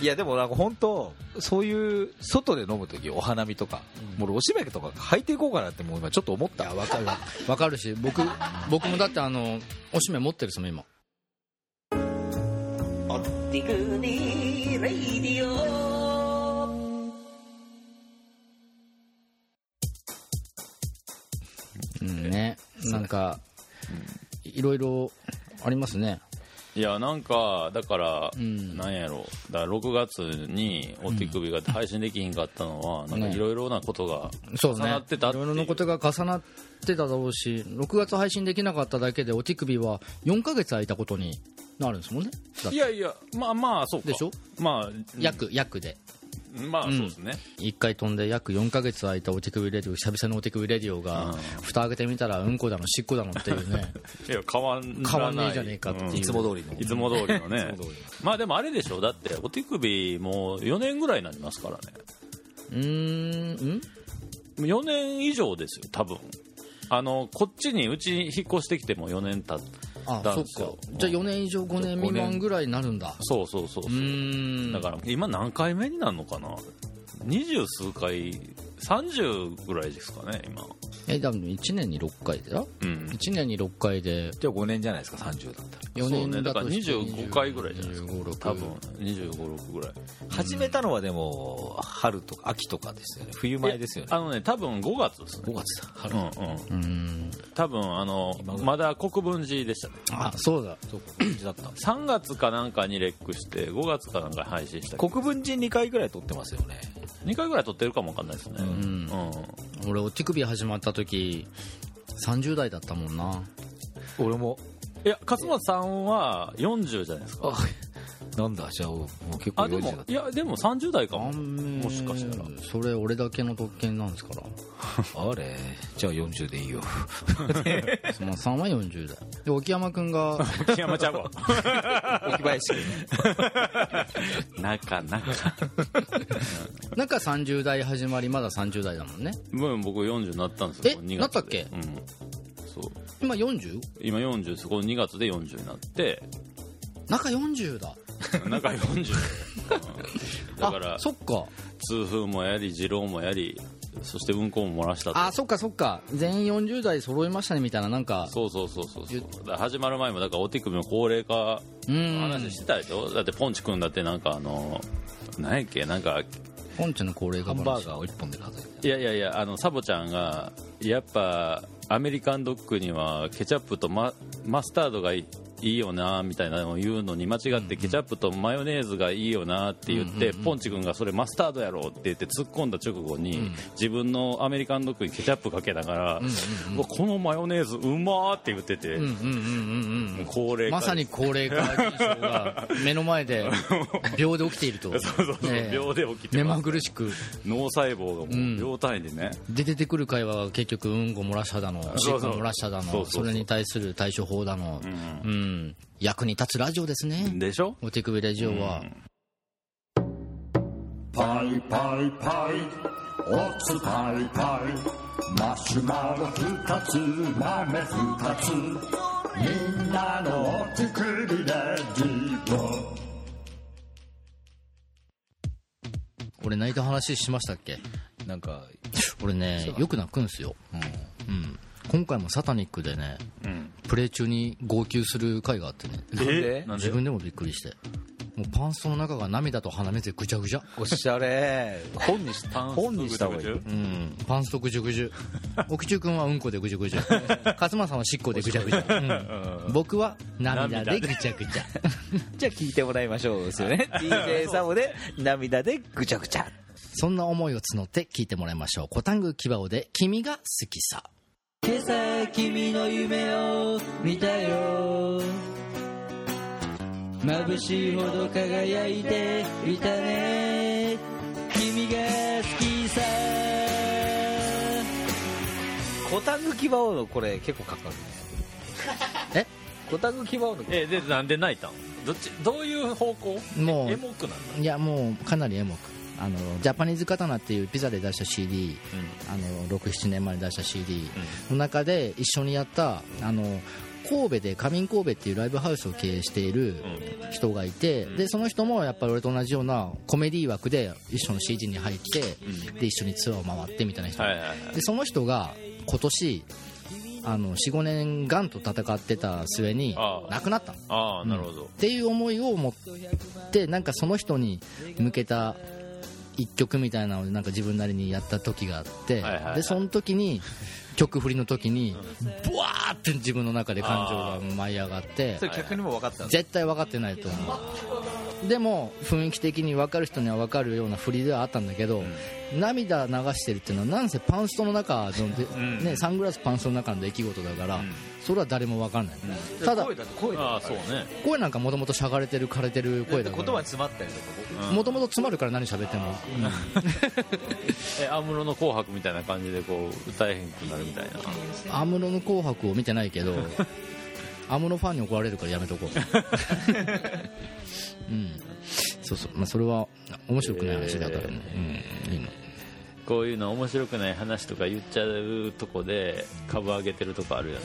Speaker 5: いやでもなんか本当そういう外で飲む時お花見とか、もうおしめとか履いていこうかなってもう今ちょっと思った
Speaker 3: わかるわわかるし僕僕もだってあのおしめ持ってるっすもん今
Speaker 2: おってくにレイディオ
Speaker 3: うんねなんかいろいろありますね
Speaker 4: いやなんかだから、
Speaker 3: ん
Speaker 4: なんやろだから6月にお手首が配信できひんかったのは、なんかいろいろなことが
Speaker 3: そうね
Speaker 4: 重なってたっ
Speaker 3: い
Speaker 4: ていう
Speaker 3: ろいろなことが重なってただろうし6月配信できなかっただけでお手首は4ヶ月空いたことになるんですもんねだって
Speaker 4: いやいやまあまあそうか
Speaker 3: でしょ
Speaker 4: まあ
Speaker 3: 約約で
Speaker 4: まあそうですね、
Speaker 3: 1回飛んで約4ヶ月空いたお手首レディオ久々のお手首レディオが蓋開けてみたらうんこだのしっこだのっていう ね
Speaker 4: いや変わん
Speaker 3: 変わんねえじゃねえかっていう、
Speaker 4: うん
Speaker 5: いつも通りの
Speaker 4: いつも通りのねまあでもあれでしょだってお手首もう4年ぐらいになりますからね
Speaker 3: うーんうん
Speaker 4: 4年以上ですよ多分あのこっちにうちに引っ越してきても4年経った
Speaker 3: あ
Speaker 4: ん
Speaker 3: そ
Speaker 4: で
Speaker 3: っ
Speaker 4: すよ
Speaker 3: かじゃあ4年以上5年未満ぐらいになるんだ
Speaker 4: そうそうそうそう
Speaker 3: うーん
Speaker 4: だから今何回目になるのかな二十数回30ぐらいですかね今
Speaker 3: え多分1年に6回だよ、
Speaker 1: うん
Speaker 3: 1年に6回で
Speaker 1: じゃあ5年じゃないですか30だったら
Speaker 3: 4
Speaker 4: そうね
Speaker 3: 年
Speaker 4: だ
Speaker 3: だ
Speaker 4: か
Speaker 3: と
Speaker 4: ら
Speaker 3: して
Speaker 4: 25回ぐらいじゃないですか
Speaker 3: 25 6
Speaker 4: 多分256ぐらい
Speaker 1: 始めたのはでも春とか秋とかですよね冬前ですよね
Speaker 4: あのね多分5月ですね
Speaker 1: 5月だ
Speaker 4: うんうん
Speaker 3: うん
Speaker 4: 多分あのまだ国分寺でしたね
Speaker 3: あそうだ
Speaker 1: そう国分寺だったんで
Speaker 4: 3月かなんかにレックして5月かなんかに配信し
Speaker 1: す
Speaker 4: た
Speaker 1: 国分寺2回ぐらい撮ってますよね
Speaker 4: 2回ぐらい撮ってるかもわかんないですねうん、
Speaker 3: 俺お手首始まった時30代だったもんな
Speaker 1: 俺も
Speaker 4: いや勝間さんは40じゃないですか
Speaker 1: あなんだじゃあもう結構
Speaker 4: あで
Speaker 1: 4時
Speaker 4: も
Speaker 1: だっ
Speaker 4: いやでも30代かも
Speaker 3: も
Speaker 4: もしかしたら
Speaker 3: それ俺だけの特権なんですから
Speaker 1: たあれじゃあ40でいい よ
Speaker 3: そのさんは40代で沖山君が
Speaker 4: 木山ちゃんは
Speaker 1: 沖林君
Speaker 4: なかなか
Speaker 3: なんか30代始まりまだ30代だもんね
Speaker 4: もう僕40になったんですよ
Speaker 3: え
Speaker 4: 2月で
Speaker 3: なったっけ
Speaker 4: うんそう
Speaker 3: 今 40?
Speaker 4: 今40ですこの2月で40になって
Speaker 3: 中40だ
Speaker 4: 中40、うん だから
Speaker 3: あそっか
Speaker 4: 痛風もやり二郎もやりそしてうんこも漏らしたと
Speaker 3: あそっかそっか全員40代揃いましたねみたいななんか
Speaker 4: そうそうそうそうそうだから始まる前もだからお手首の高齢化
Speaker 3: うん
Speaker 4: の話してたでしょ、だってポンチ君だってなんかあの何やっけなんか
Speaker 3: ポンチの高齢
Speaker 1: ハ
Speaker 3: 化
Speaker 1: ンバ
Speaker 3: 話
Speaker 1: ーガーを1本で数えて
Speaker 4: いやいやいやあのサボちゃんがやっぱアメリカンドッグにはケチャップとママスタードがいいいいよなみたいなのを言うのに間違ってケチャップとマヨネーズがいいよなって言ってポンチ君がそれマスタードやろって言って突っ込んだ直後に自分のアメリカンドッグにケチャップかけながらうわこのマヨネーズうまーって言ってて
Speaker 3: うんうんうんうんうん
Speaker 4: 高齢化
Speaker 3: まさに高齢化現象が目の前 で秒で起きていると
Speaker 4: そうそうそう
Speaker 3: ええ
Speaker 4: 秒で起きて
Speaker 3: 目
Speaker 4: ま
Speaker 3: ますぐるしく
Speaker 4: 脳細胞がもう秒単位でね、
Speaker 3: で出てくる会話が結局うんこ漏らしただの
Speaker 4: そう
Speaker 3: 疾患漏らしただ
Speaker 4: そうそ
Speaker 3: の
Speaker 4: うそう
Speaker 3: それに対する対処法だのうん役に立つラジオですね
Speaker 4: でしょ
Speaker 3: お手首ラジオは
Speaker 6: パイパイパイおつパイパイマシュマロ二つ豆二つみんなのお手首レディオ
Speaker 3: 俺泣いた話しましたっけ
Speaker 1: なんか
Speaker 3: 俺ねよく泣くんすようん今回もサタニックでねプレイ中に号泣する回があってね
Speaker 1: なんで
Speaker 4: なんで
Speaker 3: 自分でもびっくりしてもうパンストの中が涙と鼻水ぐちゃぐちゃ
Speaker 1: おしゃれ本にし本にした方がいい
Speaker 3: うんパンストぐじゅぐ じゅ奥中君はうんこでぐじゅぐじゅ勝間さんはしっこでぐちゃぐちゃ、うん僕は涙でぐちゃぐちゃ
Speaker 5: じゃあ聞いてもらいましょうですよね DJ サボで涙でぐちゃぐちゃ
Speaker 3: そんな思いを募って聞いてもらいましょう「コタングキバオで君が好きさ」
Speaker 7: 今朝君の夢を見たよ眩しいほど輝いていたね君が好きさ
Speaker 5: コタングキバオのこれ結構かかる
Speaker 3: え
Speaker 5: ねコタングキバオの
Speaker 4: えでなんで泣いたんどっちどういう方向
Speaker 3: も
Speaker 4: エ
Speaker 3: う
Speaker 4: モくなん
Speaker 3: いやもうかなりエモくあのジャパニーズ刀っていうピザで出した CD、あの67年前に出した CD の中で一緒にやったあの神戸で仮眠神戸っていうライブハウスを経営している人がいて、でその人もやっぱり俺と同じようなコメディ枠で一緒の CD に入って、で一緒にツアーを回ってみたいな人、
Speaker 4: だはいはいはい
Speaker 3: でその人が今年あの45年がんと戦ってた末に
Speaker 4: ああ
Speaker 3: 亡くなったの
Speaker 4: ああなるほど、
Speaker 3: っていう思いを持ってなんかその人に向けた一曲みたいなのをなんか自分なりにやった時があって、
Speaker 4: はいはいはい
Speaker 3: でその時に 曲振りの時にブワーって自分の中で感情が舞い上がって
Speaker 5: それ客にも分かったの
Speaker 3: 絶対分かってないと思うでも雰囲気的に分かる人には分かるような振りではあったんだけど、涙流してるっていうのはなんせパンストの中ので、ね、サングラスパンストの中の出来事だから、それは誰も分かんない、ただ
Speaker 5: 声だって声だ
Speaker 4: ああ
Speaker 5: って
Speaker 4: そうね
Speaker 3: 声なんかもともとしゃがれてる枯れてる声だか
Speaker 5: 言葉に
Speaker 3: ら
Speaker 5: 詰まったりとか
Speaker 3: もともと詰まるから何喋っても、
Speaker 4: え安室の「紅白」みたいな感じでこう歌えへんくなるみたいな
Speaker 3: 安室の「紅白」を見てないけ ど安室ファンに怒られるからやめとこううんそうそう、まあ、それは面白くない話だからね、うんいいの
Speaker 4: こういうの面白くない話とか言っちゃうとこで株上げてるとこあるよね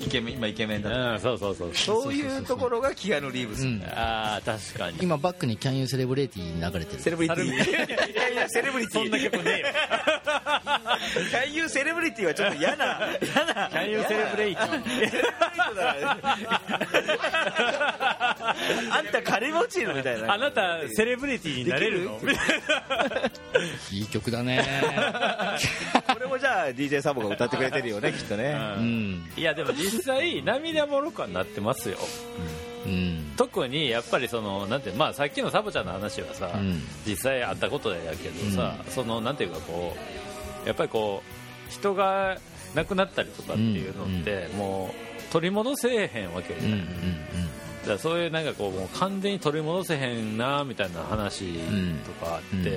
Speaker 5: イケメン今イケメンだ
Speaker 4: 今うんそうそうそう
Speaker 5: そういうところがキアヌ・リーブス、
Speaker 3: うん
Speaker 4: ああ確か に
Speaker 3: 今バックに「Can You Celebrate」流れて
Speaker 5: セ
Speaker 3: る
Speaker 5: レブリティいやいやセレブリティ
Speaker 4: そんな曲ね
Speaker 5: 俳優セレブリティはちょっと嫌 な嫌な
Speaker 4: え よ Can you celebrate?
Speaker 5: あんた金持ちのみたいな
Speaker 8: あなたセレブリティになれるの
Speaker 3: いい曲だ ね
Speaker 5: これもじゃあ DJ サボが歌ってくれてるよねきっとね
Speaker 3: うん
Speaker 4: いやでも実際涙もろくはなってますよ
Speaker 3: うん
Speaker 4: 特にやっぱりそのなんてまあさっきのサボちゃんの話はさ、
Speaker 3: うん
Speaker 4: 実際あったことやけどさ、そのなんていうかこうやっぱりこう人が亡くなったりとかっていうのって、もう取り戻せえへんわけじゃ
Speaker 3: うん
Speaker 4: な
Speaker 3: う
Speaker 4: い、
Speaker 3: ん
Speaker 4: だからそういうなんかこうもう完全に取り戻せへんなみたいな話とかあっ
Speaker 3: う
Speaker 4: て、
Speaker 3: んうん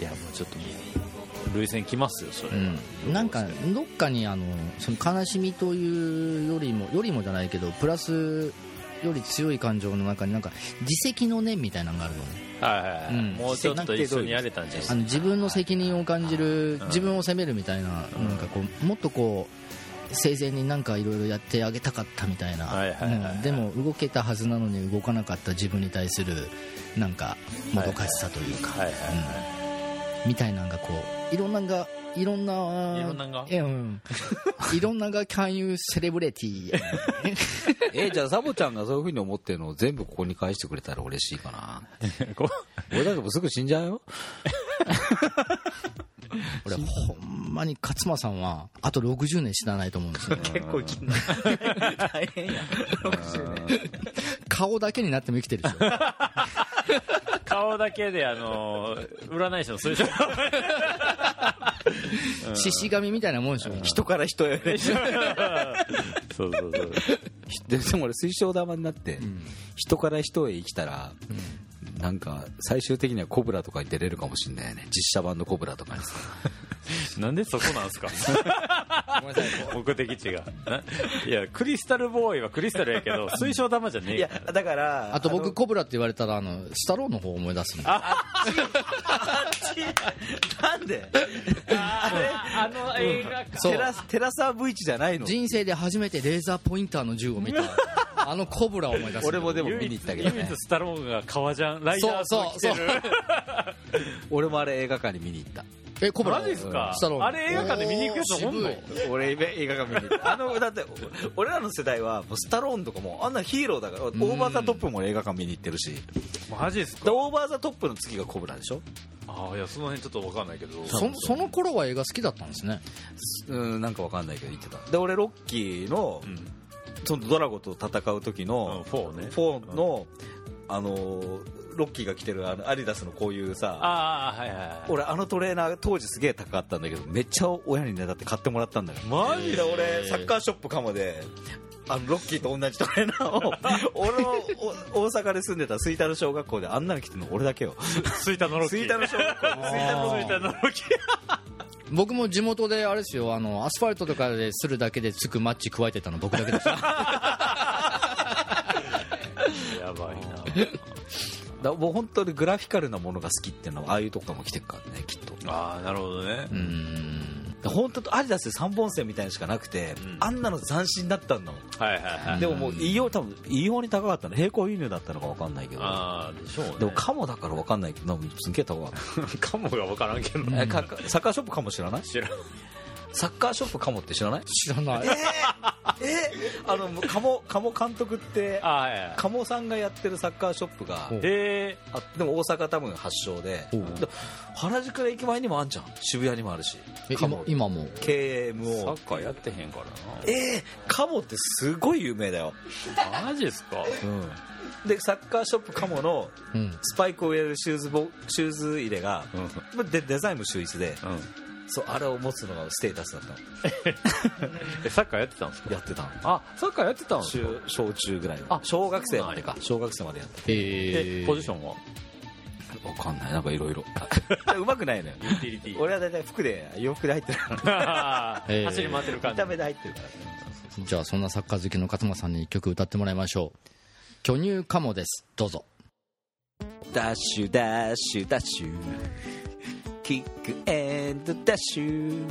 Speaker 4: いやもうちょっともう累戦きますよそれは、
Speaker 3: うんなんかどっかにあのその悲しみというよりもよりもじゃないけどプラスより強い感情の中になんか自責の念みたいなのがあるのね
Speaker 4: はいはいはい
Speaker 3: うん
Speaker 4: もうちょっと一緒にやれたんじゃ
Speaker 3: あ
Speaker 4: ない
Speaker 3: の自分の責任を感じる自分を責めるみたいななんかこうもっとこう生前になんかいろいろやってあげたかったみたいな
Speaker 4: はいはいはい
Speaker 3: うんでも動けたはずなのに動かなかった自分に対するなんかもどかしさというか、
Speaker 4: はいはいはい
Speaker 3: うんみたいなのがこういろんなのがいろんない
Speaker 4: ろんなのが
Speaker 3: えうん、 いろんなのが「勧誘セレブレティ」
Speaker 5: えじゃあサボちゃんがそういうふうに思ってるのを全部ここに返してくれたら嬉しいかな
Speaker 4: こ
Speaker 5: 俺だってもうすぐ死んじゃうよ
Speaker 3: 俺ほんまに勝間さんはあと60年死なないと思うん ですよ
Speaker 5: 結構生きんな大変や
Speaker 3: 顔だけになっても生きてるでしょ
Speaker 4: う顔だけであの占い師の数字を
Speaker 3: 獅子神みたいなもんでしょ
Speaker 5: 人から人へね
Speaker 4: そうそうそう
Speaker 5: ででも俺水晶玉になって、人から人へ生きたら、なんか最終的にはコブラとかに出れるかもしれないよね実写版のコブラとかにさ
Speaker 4: なんでそこなんすか目的地がないやクリスタルボーイはクリスタルやけど水晶玉じゃねえ
Speaker 5: いや
Speaker 4: から
Speaker 5: だから
Speaker 3: あと僕コブラって言われたらあのスタローンの方を思い出すんで
Speaker 5: なんで
Speaker 4: あの映画
Speaker 3: そ
Speaker 5: テ
Speaker 3: う
Speaker 5: ラテラサー V 値じゃないの
Speaker 3: 人生で初めてレーザーポインターの銃を 見たあのコブラを思い出す
Speaker 5: 俺もでも
Speaker 4: 唯
Speaker 5: 見
Speaker 4: 一
Speaker 5: に行ったけど
Speaker 4: 唯
Speaker 5: ね
Speaker 4: 一スタローンが革ジャンライ
Speaker 3: そう
Speaker 4: ダース
Speaker 3: そ
Speaker 4: を
Speaker 3: う
Speaker 4: 着
Speaker 3: そ
Speaker 4: て
Speaker 3: う
Speaker 4: る
Speaker 5: 俺もあれ映画館に見に行った
Speaker 3: えコブラ
Speaker 4: マジっすか
Speaker 3: スタローン
Speaker 4: あれ映画館で見に行くやつ
Speaker 3: おー渋い
Speaker 4: ほんの
Speaker 5: 俺映画館見に行ったあのだって俺らの世代はもうスタローンとかもうあんなヒーローだからオーバー・ザ・トップも映画館見に行ってるし
Speaker 4: マジです
Speaker 5: で
Speaker 4: か
Speaker 5: オーバー・ザ・トップの次がコブラでしょ
Speaker 4: ああいやその辺ちょっと分かんないけど
Speaker 3: そその頃は映画好きだったんですね
Speaker 5: うんなんかわかんないけど言ってたで俺ロッキーの、そのドラゴと戦う時
Speaker 4: うん
Speaker 5: の、
Speaker 4: フォーね
Speaker 5: フォーの、あのーロッキーが着てるあのアディダスのこういうさ
Speaker 4: ああはいはいはい
Speaker 5: 俺あのトレーナー当時すげえ高かったんだけどめっちゃ親にねだって買ってもらったんだから
Speaker 4: マジ
Speaker 5: で俺サッカーショップかもであのロッキーと同じトレーナーを 俺のお大阪で住んでた吹田の小学校であんなの着てるの俺だけよ
Speaker 4: スイタのロッキー
Speaker 5: 吹田の小学校で吹田の
Speaker 4: 吹田のロッキー
Speaker 3: 僕も地元であれですよあのアスファルトとかでするだけでつくマッチ加えてたの僕だけでした
Speaker 4: やばいな
Speaker 5: だもう本当にグラフィカルなものが好きっていうのはああいうとこからも来てるからねきっと
Speaker 4: ああなるほどね
Speaker 3: うーん
Speaker 5: 本当とアディダスで3本線みたいのしかなくて、あんなの斬新だったんだもん
Speaker 4: はいはいはい
Speaker 5: でももう異様多分異様に高かったの平行輸入だったのか分かんないけど
Speaker 4: ああでしょうね
Speaker 5: でもカモだから分かんないけどなんかすんげえ高かった
Speaker 4: かもが分からんけどね
Speaker 5: えかサッカーショップカモ知らない
Speaker 4: 知らん
Speaker 5: サッカーショップカモって知らない
Speaker 3: 知らない
Speaker 5: あのカモカモ監督って
Speaker 4: あはいはい
Speaker 5: カモさんがやってるサッカーショップが
Speaker 4: え
Speaker 5: あでも大阪多分発祥でで原宿の駅前にもあんじゃん渋谷にもあるし
Speaker 3: え
Speaker 5: カ
Speaker 3: 今
Speaker 5: モ
Speaker 3: 今も
Speaker 5: KMO
Speaker 4: ー、サッカーやってへんから
Speaker 5: えー、カモってすごい有名だよ、
Speaker 4: なマジですか
Speaker 5: でサッカーショップカモの
Speaker 3: うん
Speaker 5: スパイクを入れるシューズボシューズ入れが、でデザインも秀逸で、
Speaker 4: うん
Speaker 5: そうあれを持つのがステータスだったの
Speaker 4: えサッカーやってたんですか
Speaker 5: やってたの
Speaker 4: あサッカーやってたんですか
Speaker 5: 中小中ぐらい
Speaker 4: あ
Speaker 5: あ小学生までか小学生までやっ
Speaker 3: え
Speaker 4: え
Speaker 3: ー
Speaker 4: ポジションは
Speaker 5: たわかんないなんかいろいろ うまくないのよ
Speaker 4: ティリティ
Speaker 5: 俺は大体服で洋服で入って るから
Speaker 3: えー
Speaker 4: 走り回ってる感
Speaker 5: 見
Speaker 4: じ
Speaker 5: た目で入ってるから
Speaker 3: じゃあそんなサッカー好きの勝間さんに一曲歌ってもらいましょう「巨乳カモ」ですどうぞ
Speaker 5: ダッシュダッシュダッシュキックエンドダッシュ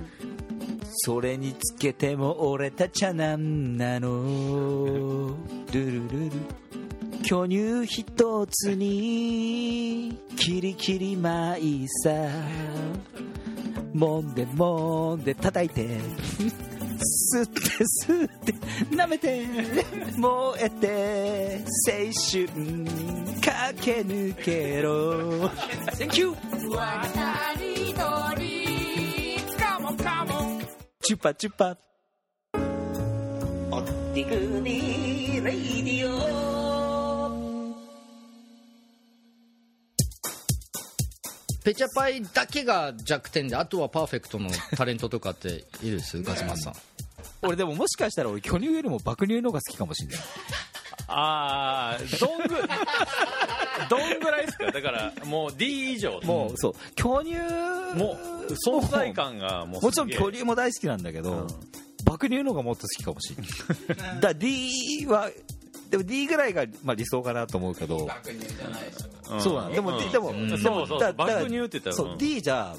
Speaker 5: それにつけても俺たちはなんなのルルルル巨乳一つにキリキリマイさもんでもんで叩いて吸って吸って舐めて燃えて青春駆け抜けろ Thank you! チュパチュパ
Speaker 3: ペチャパイだけが弱点であとはパーフェクトのタレントとかっているです勝間さん
Speaker 5: 俺でももしかしたら俺巨乳よりも爆乳の方が好きかもしれない
Speaker 4: ああどんぐどんぐらいですかだからもう D 以上
Speaker 5: もうそう巨乳
Speaker 4: もう存在感がもう
Speaker 5: もちろん
Speaker 4: 距
Speaker 5: 巨
Speaker 4: 離
Speaker 5: 乳も大好きなんだけど、爆乳の方がもっと好きかもしれ ないだから D はでも D ぐらいがまあ理想かなと思うけどそうなんでも、でも、
Speaker 4: ん
Speaker 5: でも
Speaker 4: そうそう
Speaker 5: だだから
Speaker 4: 爆乳って言ったら
Speaker 5: そう
Speaker 4: うん
Speaker 5: D じゃ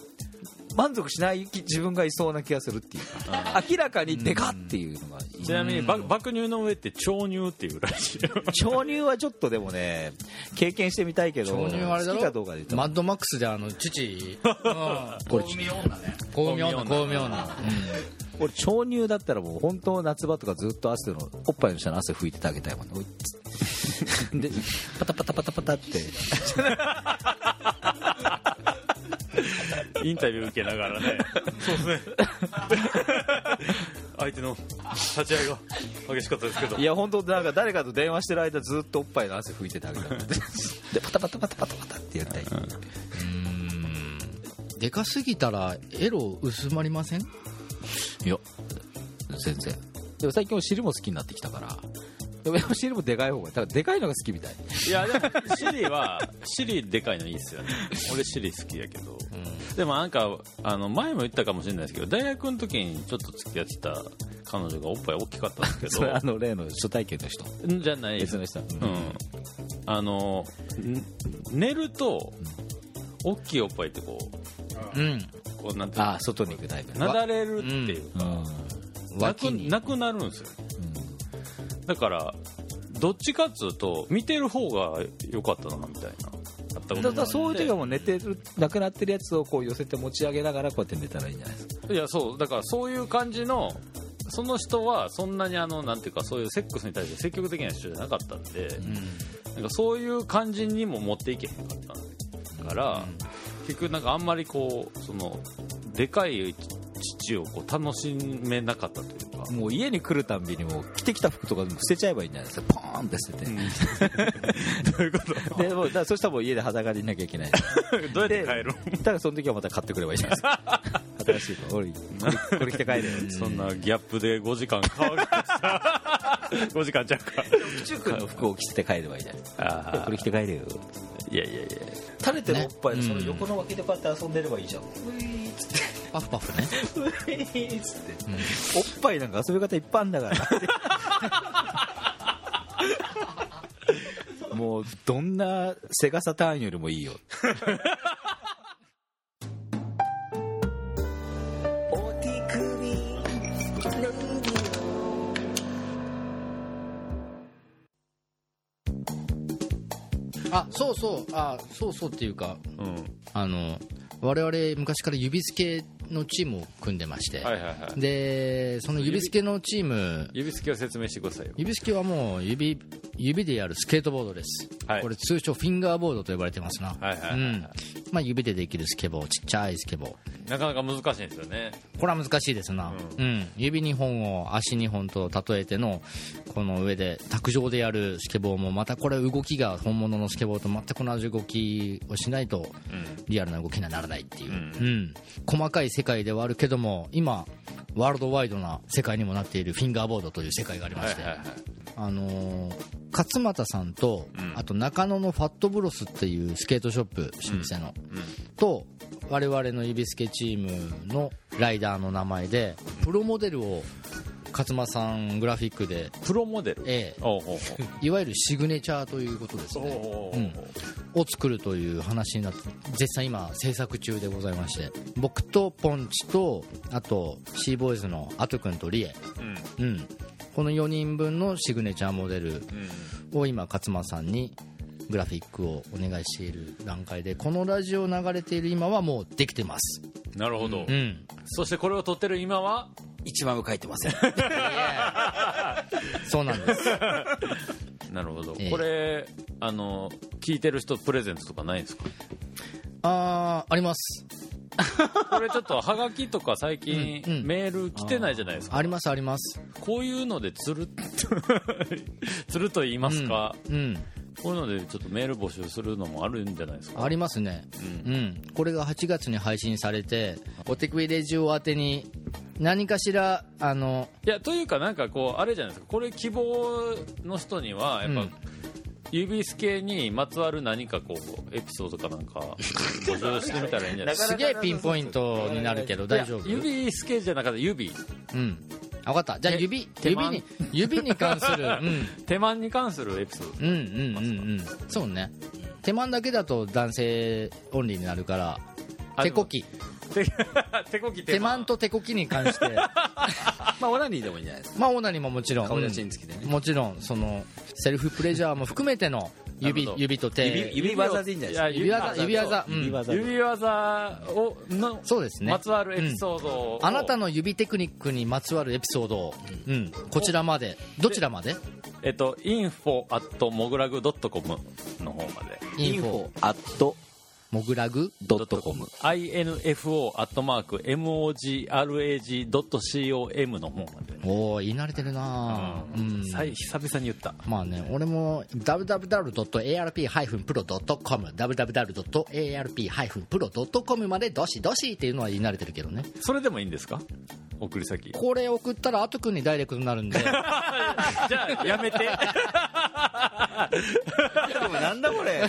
Speaker 5: 満足しない自分がいそうな気がするっていうか明らかにでかっていうのがいい
Speaker 4: ちなみにば爆乳の上って超乳っていうらしいよ
Speaker 5: 巨乳はちょっとでもね経験してみたいけど
Speaker 3: 購入あれだろ
Speaker 5: 好きかどうかで言ったら
Speaker 3: マッドマックスであの 父これ巧妙な巧妙な
Speaker 5: 俺超乳だったらもう本当夏場とかずっと汗のおっぱいの下の汗拭いててあげたいもんねおいっつでパタパタパタパタって
Speaker 4: インタビュー受けながらねそうですね 相手の立ち合いが激しかったですけど
Speaker 5: いや本当なんか誰かと電話してる間ずっとおっぱいの汗拭いててあげ たいでパタパタパタパタパタってやったい
Speaker 3: でかすぎたらエロ薄まりません
Speaker 5: いや全然でも最近お尻も好きになってきたからでもお尻もでかい方がだからでかいのが好きみたい
Speaker 4: いやでもシリはシリでかいのいいっすよね俺シリ好きやけど、でもなんかあの前も言ったかもしれないですけど大学の時にちょっと付き合ってた彼女がおっぱい大きかったん ですけ
Speaker 5: それあ
Speaker 4: ど
Speaker 5: の例の初体験の人
Speaker 4: んじゃないです
Speaker 5: 別の人、
Speaker 4: うんあのん寝ると大きいおっぱいってこ
Speaker 3: うん
Speaker 4: うこうなんていうの
Speaker 5: ああ外に行くタイプ
Speaker 4: なだれるっていう、
Speaker 5: うん
Speaker 4: なく
Speaker 3: 脇に
Speaker 4: なくなるんですよだからどっちかっつうと見てる方が良かったなみたいなあったこと
Speaker 5: だか
Speaker 4: ない
Speaker 5: らそういう時はもう寝てるなくなってるやつをこう寄せて持ち上げながらこうやって寝たらいいんじゃないですか
Speaker 4: いやそうだからそういう感じのその人はそんなにあのなんていうかそういうセックスに対して積極的な人じゃなかったんで、なんかそういう感じにも持っていけへんかったから、結局なんかあんまりこうそのでかい父をこう楽しめなかったというか。
Speaker 5: もう家に来るたんびにもう着てきた服とかでも捨てちゃえばいいんじゃないですかポーンって捨てて、
Speaker 4: どういうこと
Speaker 5: でもうだからそしたらもう家で裸でいなきゃい けない
Speaker 4: どうやって帰る
Speaker 5: だからその時はまた買ってくればいいじゃないですか新しいの俺これこれ着て帰るよ
Speaker 4: そんなギャップで5時間乾かした5時間ちゃうか
Speaker 5: 中君の服を着て帰ればいいじゃないですか
Speaker 4: あ
Speaker 5: これ着て帰るよ
Speaker 4: ーいやいやいや
Speaker 5: 垂れてるおっぱいのその横の脇でこうやって遊んでればいいじゃん、
Speaker 3: パフパフね
Speaker 5: おっぱいなんか遊び方いっぱいあんだから もうどんなセガサターンよりもいいよ
Speaker 3: あそうそうあそうそうっていうか
Speaker 4: うん
Speaker 3: あの我々昔から指付けのチームを組んでまして、
Speaker 4: はいはいはい
Speaker 3: でその指付けのチーム
Speaker 4: 指付きを説明してくださいよ
Speaker 3: 指付けはもう指指でやるスケートボードです、
Speaker 4: はい
Speaker 3: これ通称フィンガーボードと呼ばれてますな、
Speaker 4: はいはいはいはい
Speaker 3: うんまあ、指でできるスケボーちっちゃいスケボー
Speaker 4: なかなか難しいんですよね
Speaker 3: これは難しいですな、うん指2本を足2本と例えてのこの上で卓上でやるスケボーもまたこれ動きが本物のスケボーと全く同じ動きをしないとリアルな動きにはならないっていう、うん細かい世界ではあるけども今ワールドワイドな世界にもなっているフィンガーボードという世界がありまして、あのー勝俣さんと、あと中野のファットブロスっていうスケートショップ老舗の、と我々の指スケチームのライダーの名前でプロモデルを勝間さんグラフィックで、
Speaker 4: プロモデル
Speaker 3: え
Speaker 4: おうおう
Speaker 3: え、いわゆるシグネチャーということです
Speaker 4: おう
Speaker 3: ね
Speaker 4: おうおう
Speaker 3: うんを作るという話になって絶賛今制作中でございまして僕とポンチとあとシーボーイズのアト君とリエ、
Speaker 1: うん
Speaker 3: うん、この4人分のシグネチャーモデルを今勝間さんにグラフィックをお願いしている段階でこのラジオ流れている今はもうできてます、
Speaker 4: なるほど、
Speaker 3: うん、
Speaker 4: そしてこれを撮ってる今は
Speaker 5: 一番も書いてません
Speaker 3: そうな んです
Speaker 4: なるほど、
Speaker 3: ええ
Speaker 4: これあの聞いてる人プレゼントとかないんですか
Speaker 3: あーあります
Speaker 4: これちょっとはがきとか最近
Speaker 3: うんうん
Speaker 4: メール来てないじゃないですか、
Speaker 3: ありますあります
Speaker 4: こういうのでつるっと つると言いますか、
Speaker 3: うん
Speaker 4: こういうのでちょっとメール募集するのもあるんじゃないですか
Speaker 3: ありますね、うんこれが8月に配信されてお手首レジオ宛てに何かしらあの
Speaker 4: いやというかなんかこうあれじゃないですかこれ希望の人にはやっぱ、
Speaker 3: うん
Speaker 4: 指す系にまつわる何かこうエピソードかなんか募集してみたらいいんじゃないですか
Speaker 3: すげえピンポイントになるけど大丈夫
Speaker 4: いや指す系じゃなかった指
Speaker 3: うんあ分かったじゃあ
Speaker 4: え
Speaker 3: 指
Speaker 4: 手
Speaker 3: 指
Speaker 4: 間
Speaker 3: に指に関 する、
Speaker 4: 手間に関するエピソード
Speaker 3: うん、うんうんうんうんそうね手間だけだと男性オンリーになるから
Speaker 4: あ
Speaker 3: 手こき
Speaker 4: 手手こき
Speaker 3: 手間と手こきに関して
Speaker 5: まあオナニーでもいいんじゃないですか
Speaker 3: まあオナニーももちろん
Speaker 5: 顔写真付きでね
Speaker 3: うんもちろんそのセルフプレジャーも含めての指
Speaker 4: なるほど
Speaker 3: 指と手
Speaker 5: 指指技でいいんじゃないで
Speaker 3: 指技指技、うん
Speaker 5: すか
Speaker 4: 指技をの
Speaker 3: そうですね
Speaker 4: まつわるエピソードを、
Speaker 3: あなたの指テクニックにまつわるエピソードを、うん、こちらまでどちらまで
Speaker 4: えっと、インフォアットモグラグドットコムの方まで
Speaker 3: インフォ
Speaker 5: アット
Speaker 3: モグラグ
Speaker 5: ドットコム
Speaker 4: info アットマーク mograg ドット com の方まで、
Speaker 3: おお言い慣れてるなぁうん
Speaker 4: さい久々に言った
Speaker 3: まあね俺も www.arp-pro.com www.arp-pro.com までどしどしっていうのは言い慣れてるけどね
Speaker 4: それでもいいんですか送 り先
Speaker 3: これ送ったらあとくんにダイレクトになるんで
Speaker 4: じゃあやめて
Speaker 5: なんだこれ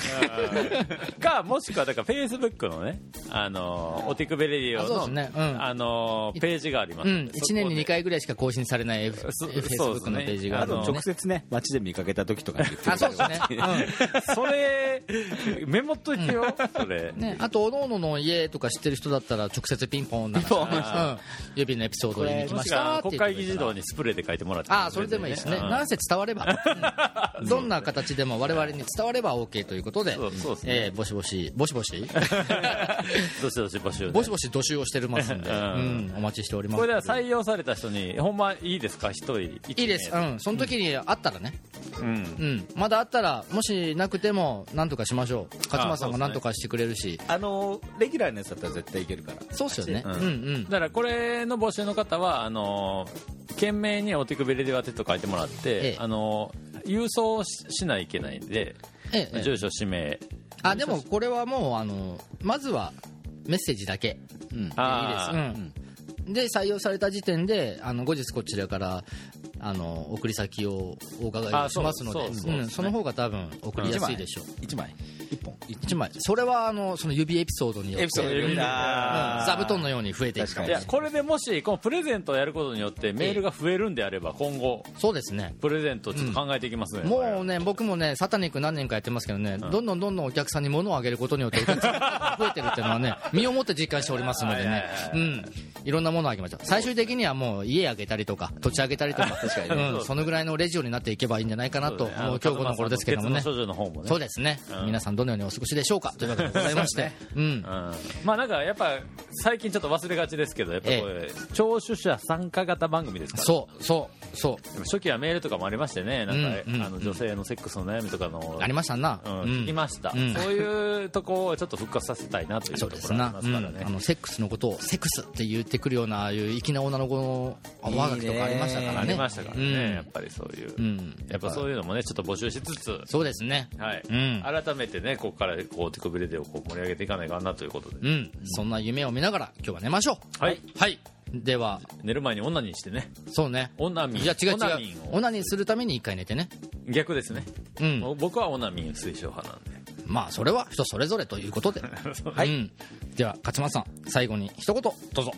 Speaker 4: かもしくはだからフェイスブックのねあのーお手首レディ
Speaker 3: あそうで
Speaker 4: オの
Speaker 3: すねうん
Speaker 4: あのーページがありま
Speaker 3: う
Speaker 4: す
Speaker 3: ん
Speaker 4: んで、そこ
Speaker 3: 1
Speaker 4: で
Speaker 3: 年に2回ぐらいしか更新されない F-
Speaker 4: そ
Speaker 3: Facebook のページがあ
Speaker 5: あ
Speaker 3: るの
Speaker 5: と
Speaker 3: で
Speaker 5: 直
Speaker 3: ね
Speaker 5: 接ね街で見かけた時とかに言って
Speaker 3: あそうですね、 うん
Speaker 4: それメモっといてよそれ
Speaker 3: ね、あとおのおのの家とか知ってる人だったら直接ピンポンなんかうん指のエピソードを言いに来
Speaker 4: も
Speaker 3: ま
Speaker 4: し
Speaker 3: し
Speaker 4: くは
Speaker 3: た
Speaker 4: 国会議事堂
Speaker 3: に
Speaker 4: にスプレーで書いてもらって
Speaker 3: ああそれでもいいですね、
Speaker 4: うん
Speaker 3: なんせ伝われば、 うんどんな形でも我々に伝われば OK ということで
Speaker 4: そうそうですね
Speaker 3: えーぼしぼしぼしぼ し
Speaker 4: どしどし募集で
Speaker 3: ぼしぼし募集をしてますんで、う
Speaker 4: うん
Speaker 3: ん、お待ちしております
Speaker 4: これでは採用された人にほんまいいですか一人
Speaker 3: いいです、う、
Speaker 4: うん
Speaker 3: その時にあったらね、
Speaker 4: ん
Speaker 3: うん、まだあったらもしなくてもなんとかしましょう勝間さんが
Speaker 4: あそうですね
Speaker 3: なんとかしてくれるし
Speaker 5: あのレギュラーのやつだったら絶対いけるから
Speaker 3: そうっすよね、う
Speaker 4: うんん
Speaker 3: うん
Speaker 4: だからこれの募集の方はあのー懸命にお手首レディオ宛てと書いてもらって、
Speaker 3: え
Speaker 4: あのー郵送ししないといけないんで、
Speaker 3: ええええ
Speaker 4: 住所氏名
Speaker 3: あでもこれはもうあのまずはメッセージだけ、うん、
Speaker 4: あー
Speaker 3: いいです、うん、で採用された時点であの後日こちらからあの送り先をお伺いを
Speaker 4: あ
Speaker 3: しますので
Speaker 4: そうそうそう
Speaker 3: うんその方が多分送りやすいでしょう、
Speaker 5: 1枚1本
Speaker 3: 一枚それはあのその指エピソードによって
Speaker 5: エピソードによ
Speaker 3: う
Speaker 5: っ
Speaker 3: ん
Speaker 5: てあー
Speaker 3: 座布団のように増えていく
Speaker 5: 確かに
Speaker 4: いやこれでもしこのプレゼントをやることによってメールが増えるんであれば今後
Speaker 3: そうですね
Speaker 4: プレゼントちょっと考えていきますね、これ
Speaker 3: もうね僕もねサタニック何年かやってますけどね、どんどんどんどんお客さんに物をあげることによってお客さんが増えてるっていうのはね身をもって実感しておりますのでねうんいろんなものをあげましょう最終的にはもう家あげたりとか土地あげたりとか
Speaker 5: 確かに
Speaker 3: うん、そのぐらいのレジオになっていけばいいんじゃないかなと
Speaker 4: そうねあ
Speaker 3: 思
Speaker 4: の
Speaker 3: う今日この頃ですけどもね
Speaker 4: 活動の少女の方もね
Speaker 3: そうですね、
Speaker 4: ん
Speaker 3: 皆さんどのようにお過ごしでしょうかというわけでございまして、うん
Speaker 4: まあなんかやっぱ最近ちょっと忘れがちですけどやっぱこれ聴取者参加型番組ですから
Speaker 3: そうそうそう
Speaker 4: でも初期はメールとかもありましてねなんか、
Speaker 3: うんうん
Speaker 4: あの女性のセックスの悩みとかの
Speaker 3: ありましたな、
Speaker 4: うん、聞きました、
Speaker 3: うん
Speaker 4: そういうとこをちょっと復活させたいなという
Speaker 3: そ
Speaker 4: と
Speaker 3: うで
Speaker 4: こ
Speaker 3: す
Speaker 4: ろがあ
Speaker 3: な
Speaker 4: り、ま
Speaker 3: う
Speaker 4: すから
Speaker 3: ん、
Speaker 4: ね
Speaker 3: あのセックスのことをセックスって言ってくるようなああいう粋な女の子のあ
Speaker 5: いいね
Speaker 3: 我が子とかありましたからね
Speaker 4: ありましたからね、
Speaker 3: うん
Speaker 4: やっぱりそういう、
Speaker 3: うん
Speaker 4: やっぱそういうのもねちょっと募集しつつ
Speaker 3: そうですね
Speaker 4: はい、
Speaker 3: うん
Speaker 4: 改めてねここからこう手首レディをこう盛り上げていかないかなということで、
Speaker 3: うんそんな夢を見ながら今日は寝ましょう
Speaker 4: はい
Speaker 3: はいでは
Speaker 4: 寝る前にオナニーしてね
Speaker 3: そうね
Speaker 4: オナミン
Speaker 3: いや違う
Speaker 4: オナミ
Speaker 3: 違
Speaker 4: ン
Speaker 3: う
Speaker 4: を
Speaker 3: オナニーするために一回寝てね
Speaker 4: 逆ですね、
Speaker 3: うん
Speaker 4: 僕はオナミン推奨派なんで
Speaker 3: まあそれは人それぞれということではい、うんでは勝間さん最後に一言どうぞ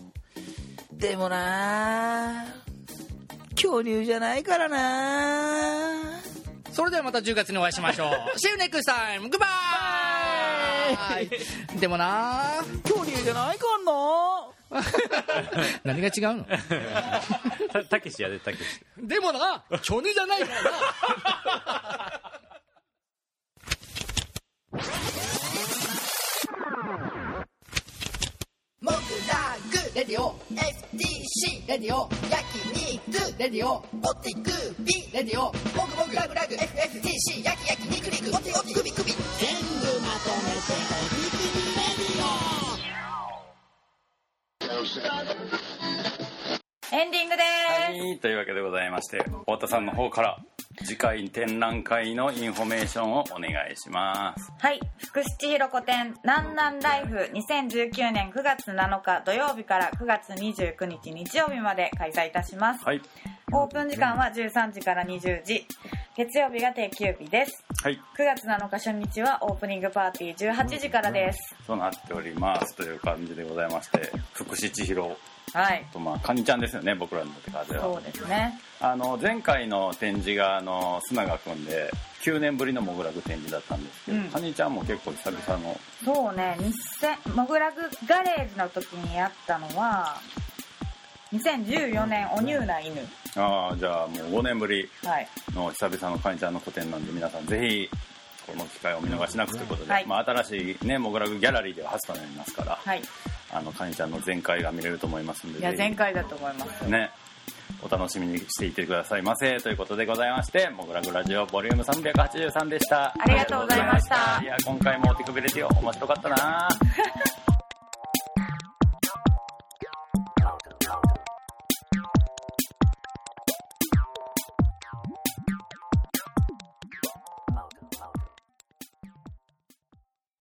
Speaker 7: でもなあ
Speaker 5: 恐竜じゃないからな
Speaker 3: それではまた10月にお会いしましょう See you next time! Goodbye! でもな
Speaker 5: 恐竜じゃないかんな
Speaker 3: 何が違うの
Speaker 4: たたけしやでたけし
Speaker 3: でもな巨乳じゃないからな
Speaker 2: モグラグレディオ FTC レディオ焼肉レディオポティクビレディオモグモグラグラグ FFTC 焼き焼き肉肉オテオテグビグビ
Speaker 9: エンディングです、
Speaker 4: はいというわけでございまして太田さんの方から次回展覧会のインフォメーションをお願いします
Speaker 9: はい、福七ひろこ展「なんなんライフ」2019年9月7日土曜日から9月29日日曜日まで開催いたします、
Speaker 4: はい
Speaker 9: オープン時間は13時から20時月曜日が定休日です
Speaker 4: はい
Speaker 9: 9月7日初日はオープニングパーティー18時からです
Speaker 4: そうなっておりますという感じでございまして福士千尋
Speaker 9: はい
Speaker 4: とまあカニちゃんですよね僕らにとってからで
Speaker 9: そ
Speaker 4: は
Speaker 9: うですね
Speaker 4: あの前回の展示があの須永君で9年ぶりのモグラグ展示だったんですけど、
Speaker 9: うん
Speaker 4: カニちゃんも結構久々の
Speaker 9: そうね日銭モグラグガレージの時にやったのは2014年おニューな犬
Speaker 4: ああじゃあもう5年ぶり
Speaker 9: はい
Speaker 4: の久々のカニちゃんの個展なんで皆さんぜひこの機会を見逃しなくということで、
Speaker 9: はい
Speaker 4: まあ、新しいねモグラグギャラリーでは初となりますから、
Speaker 9: はい
Speaker 4: あのカニちゃんの全開が見れると思いますんで
Speaker 9: いや
Speaker 4: ぜひ
Speaker 9: 前回だと思います
Speaker 4: ねお楽しみにしていてくださいませということでございましてモグラグラジオボリューム383でした
Speaker 9: ありがとうございました
Speaker 4: ありがとうございましたいや今回もお手首レディオ面白かったな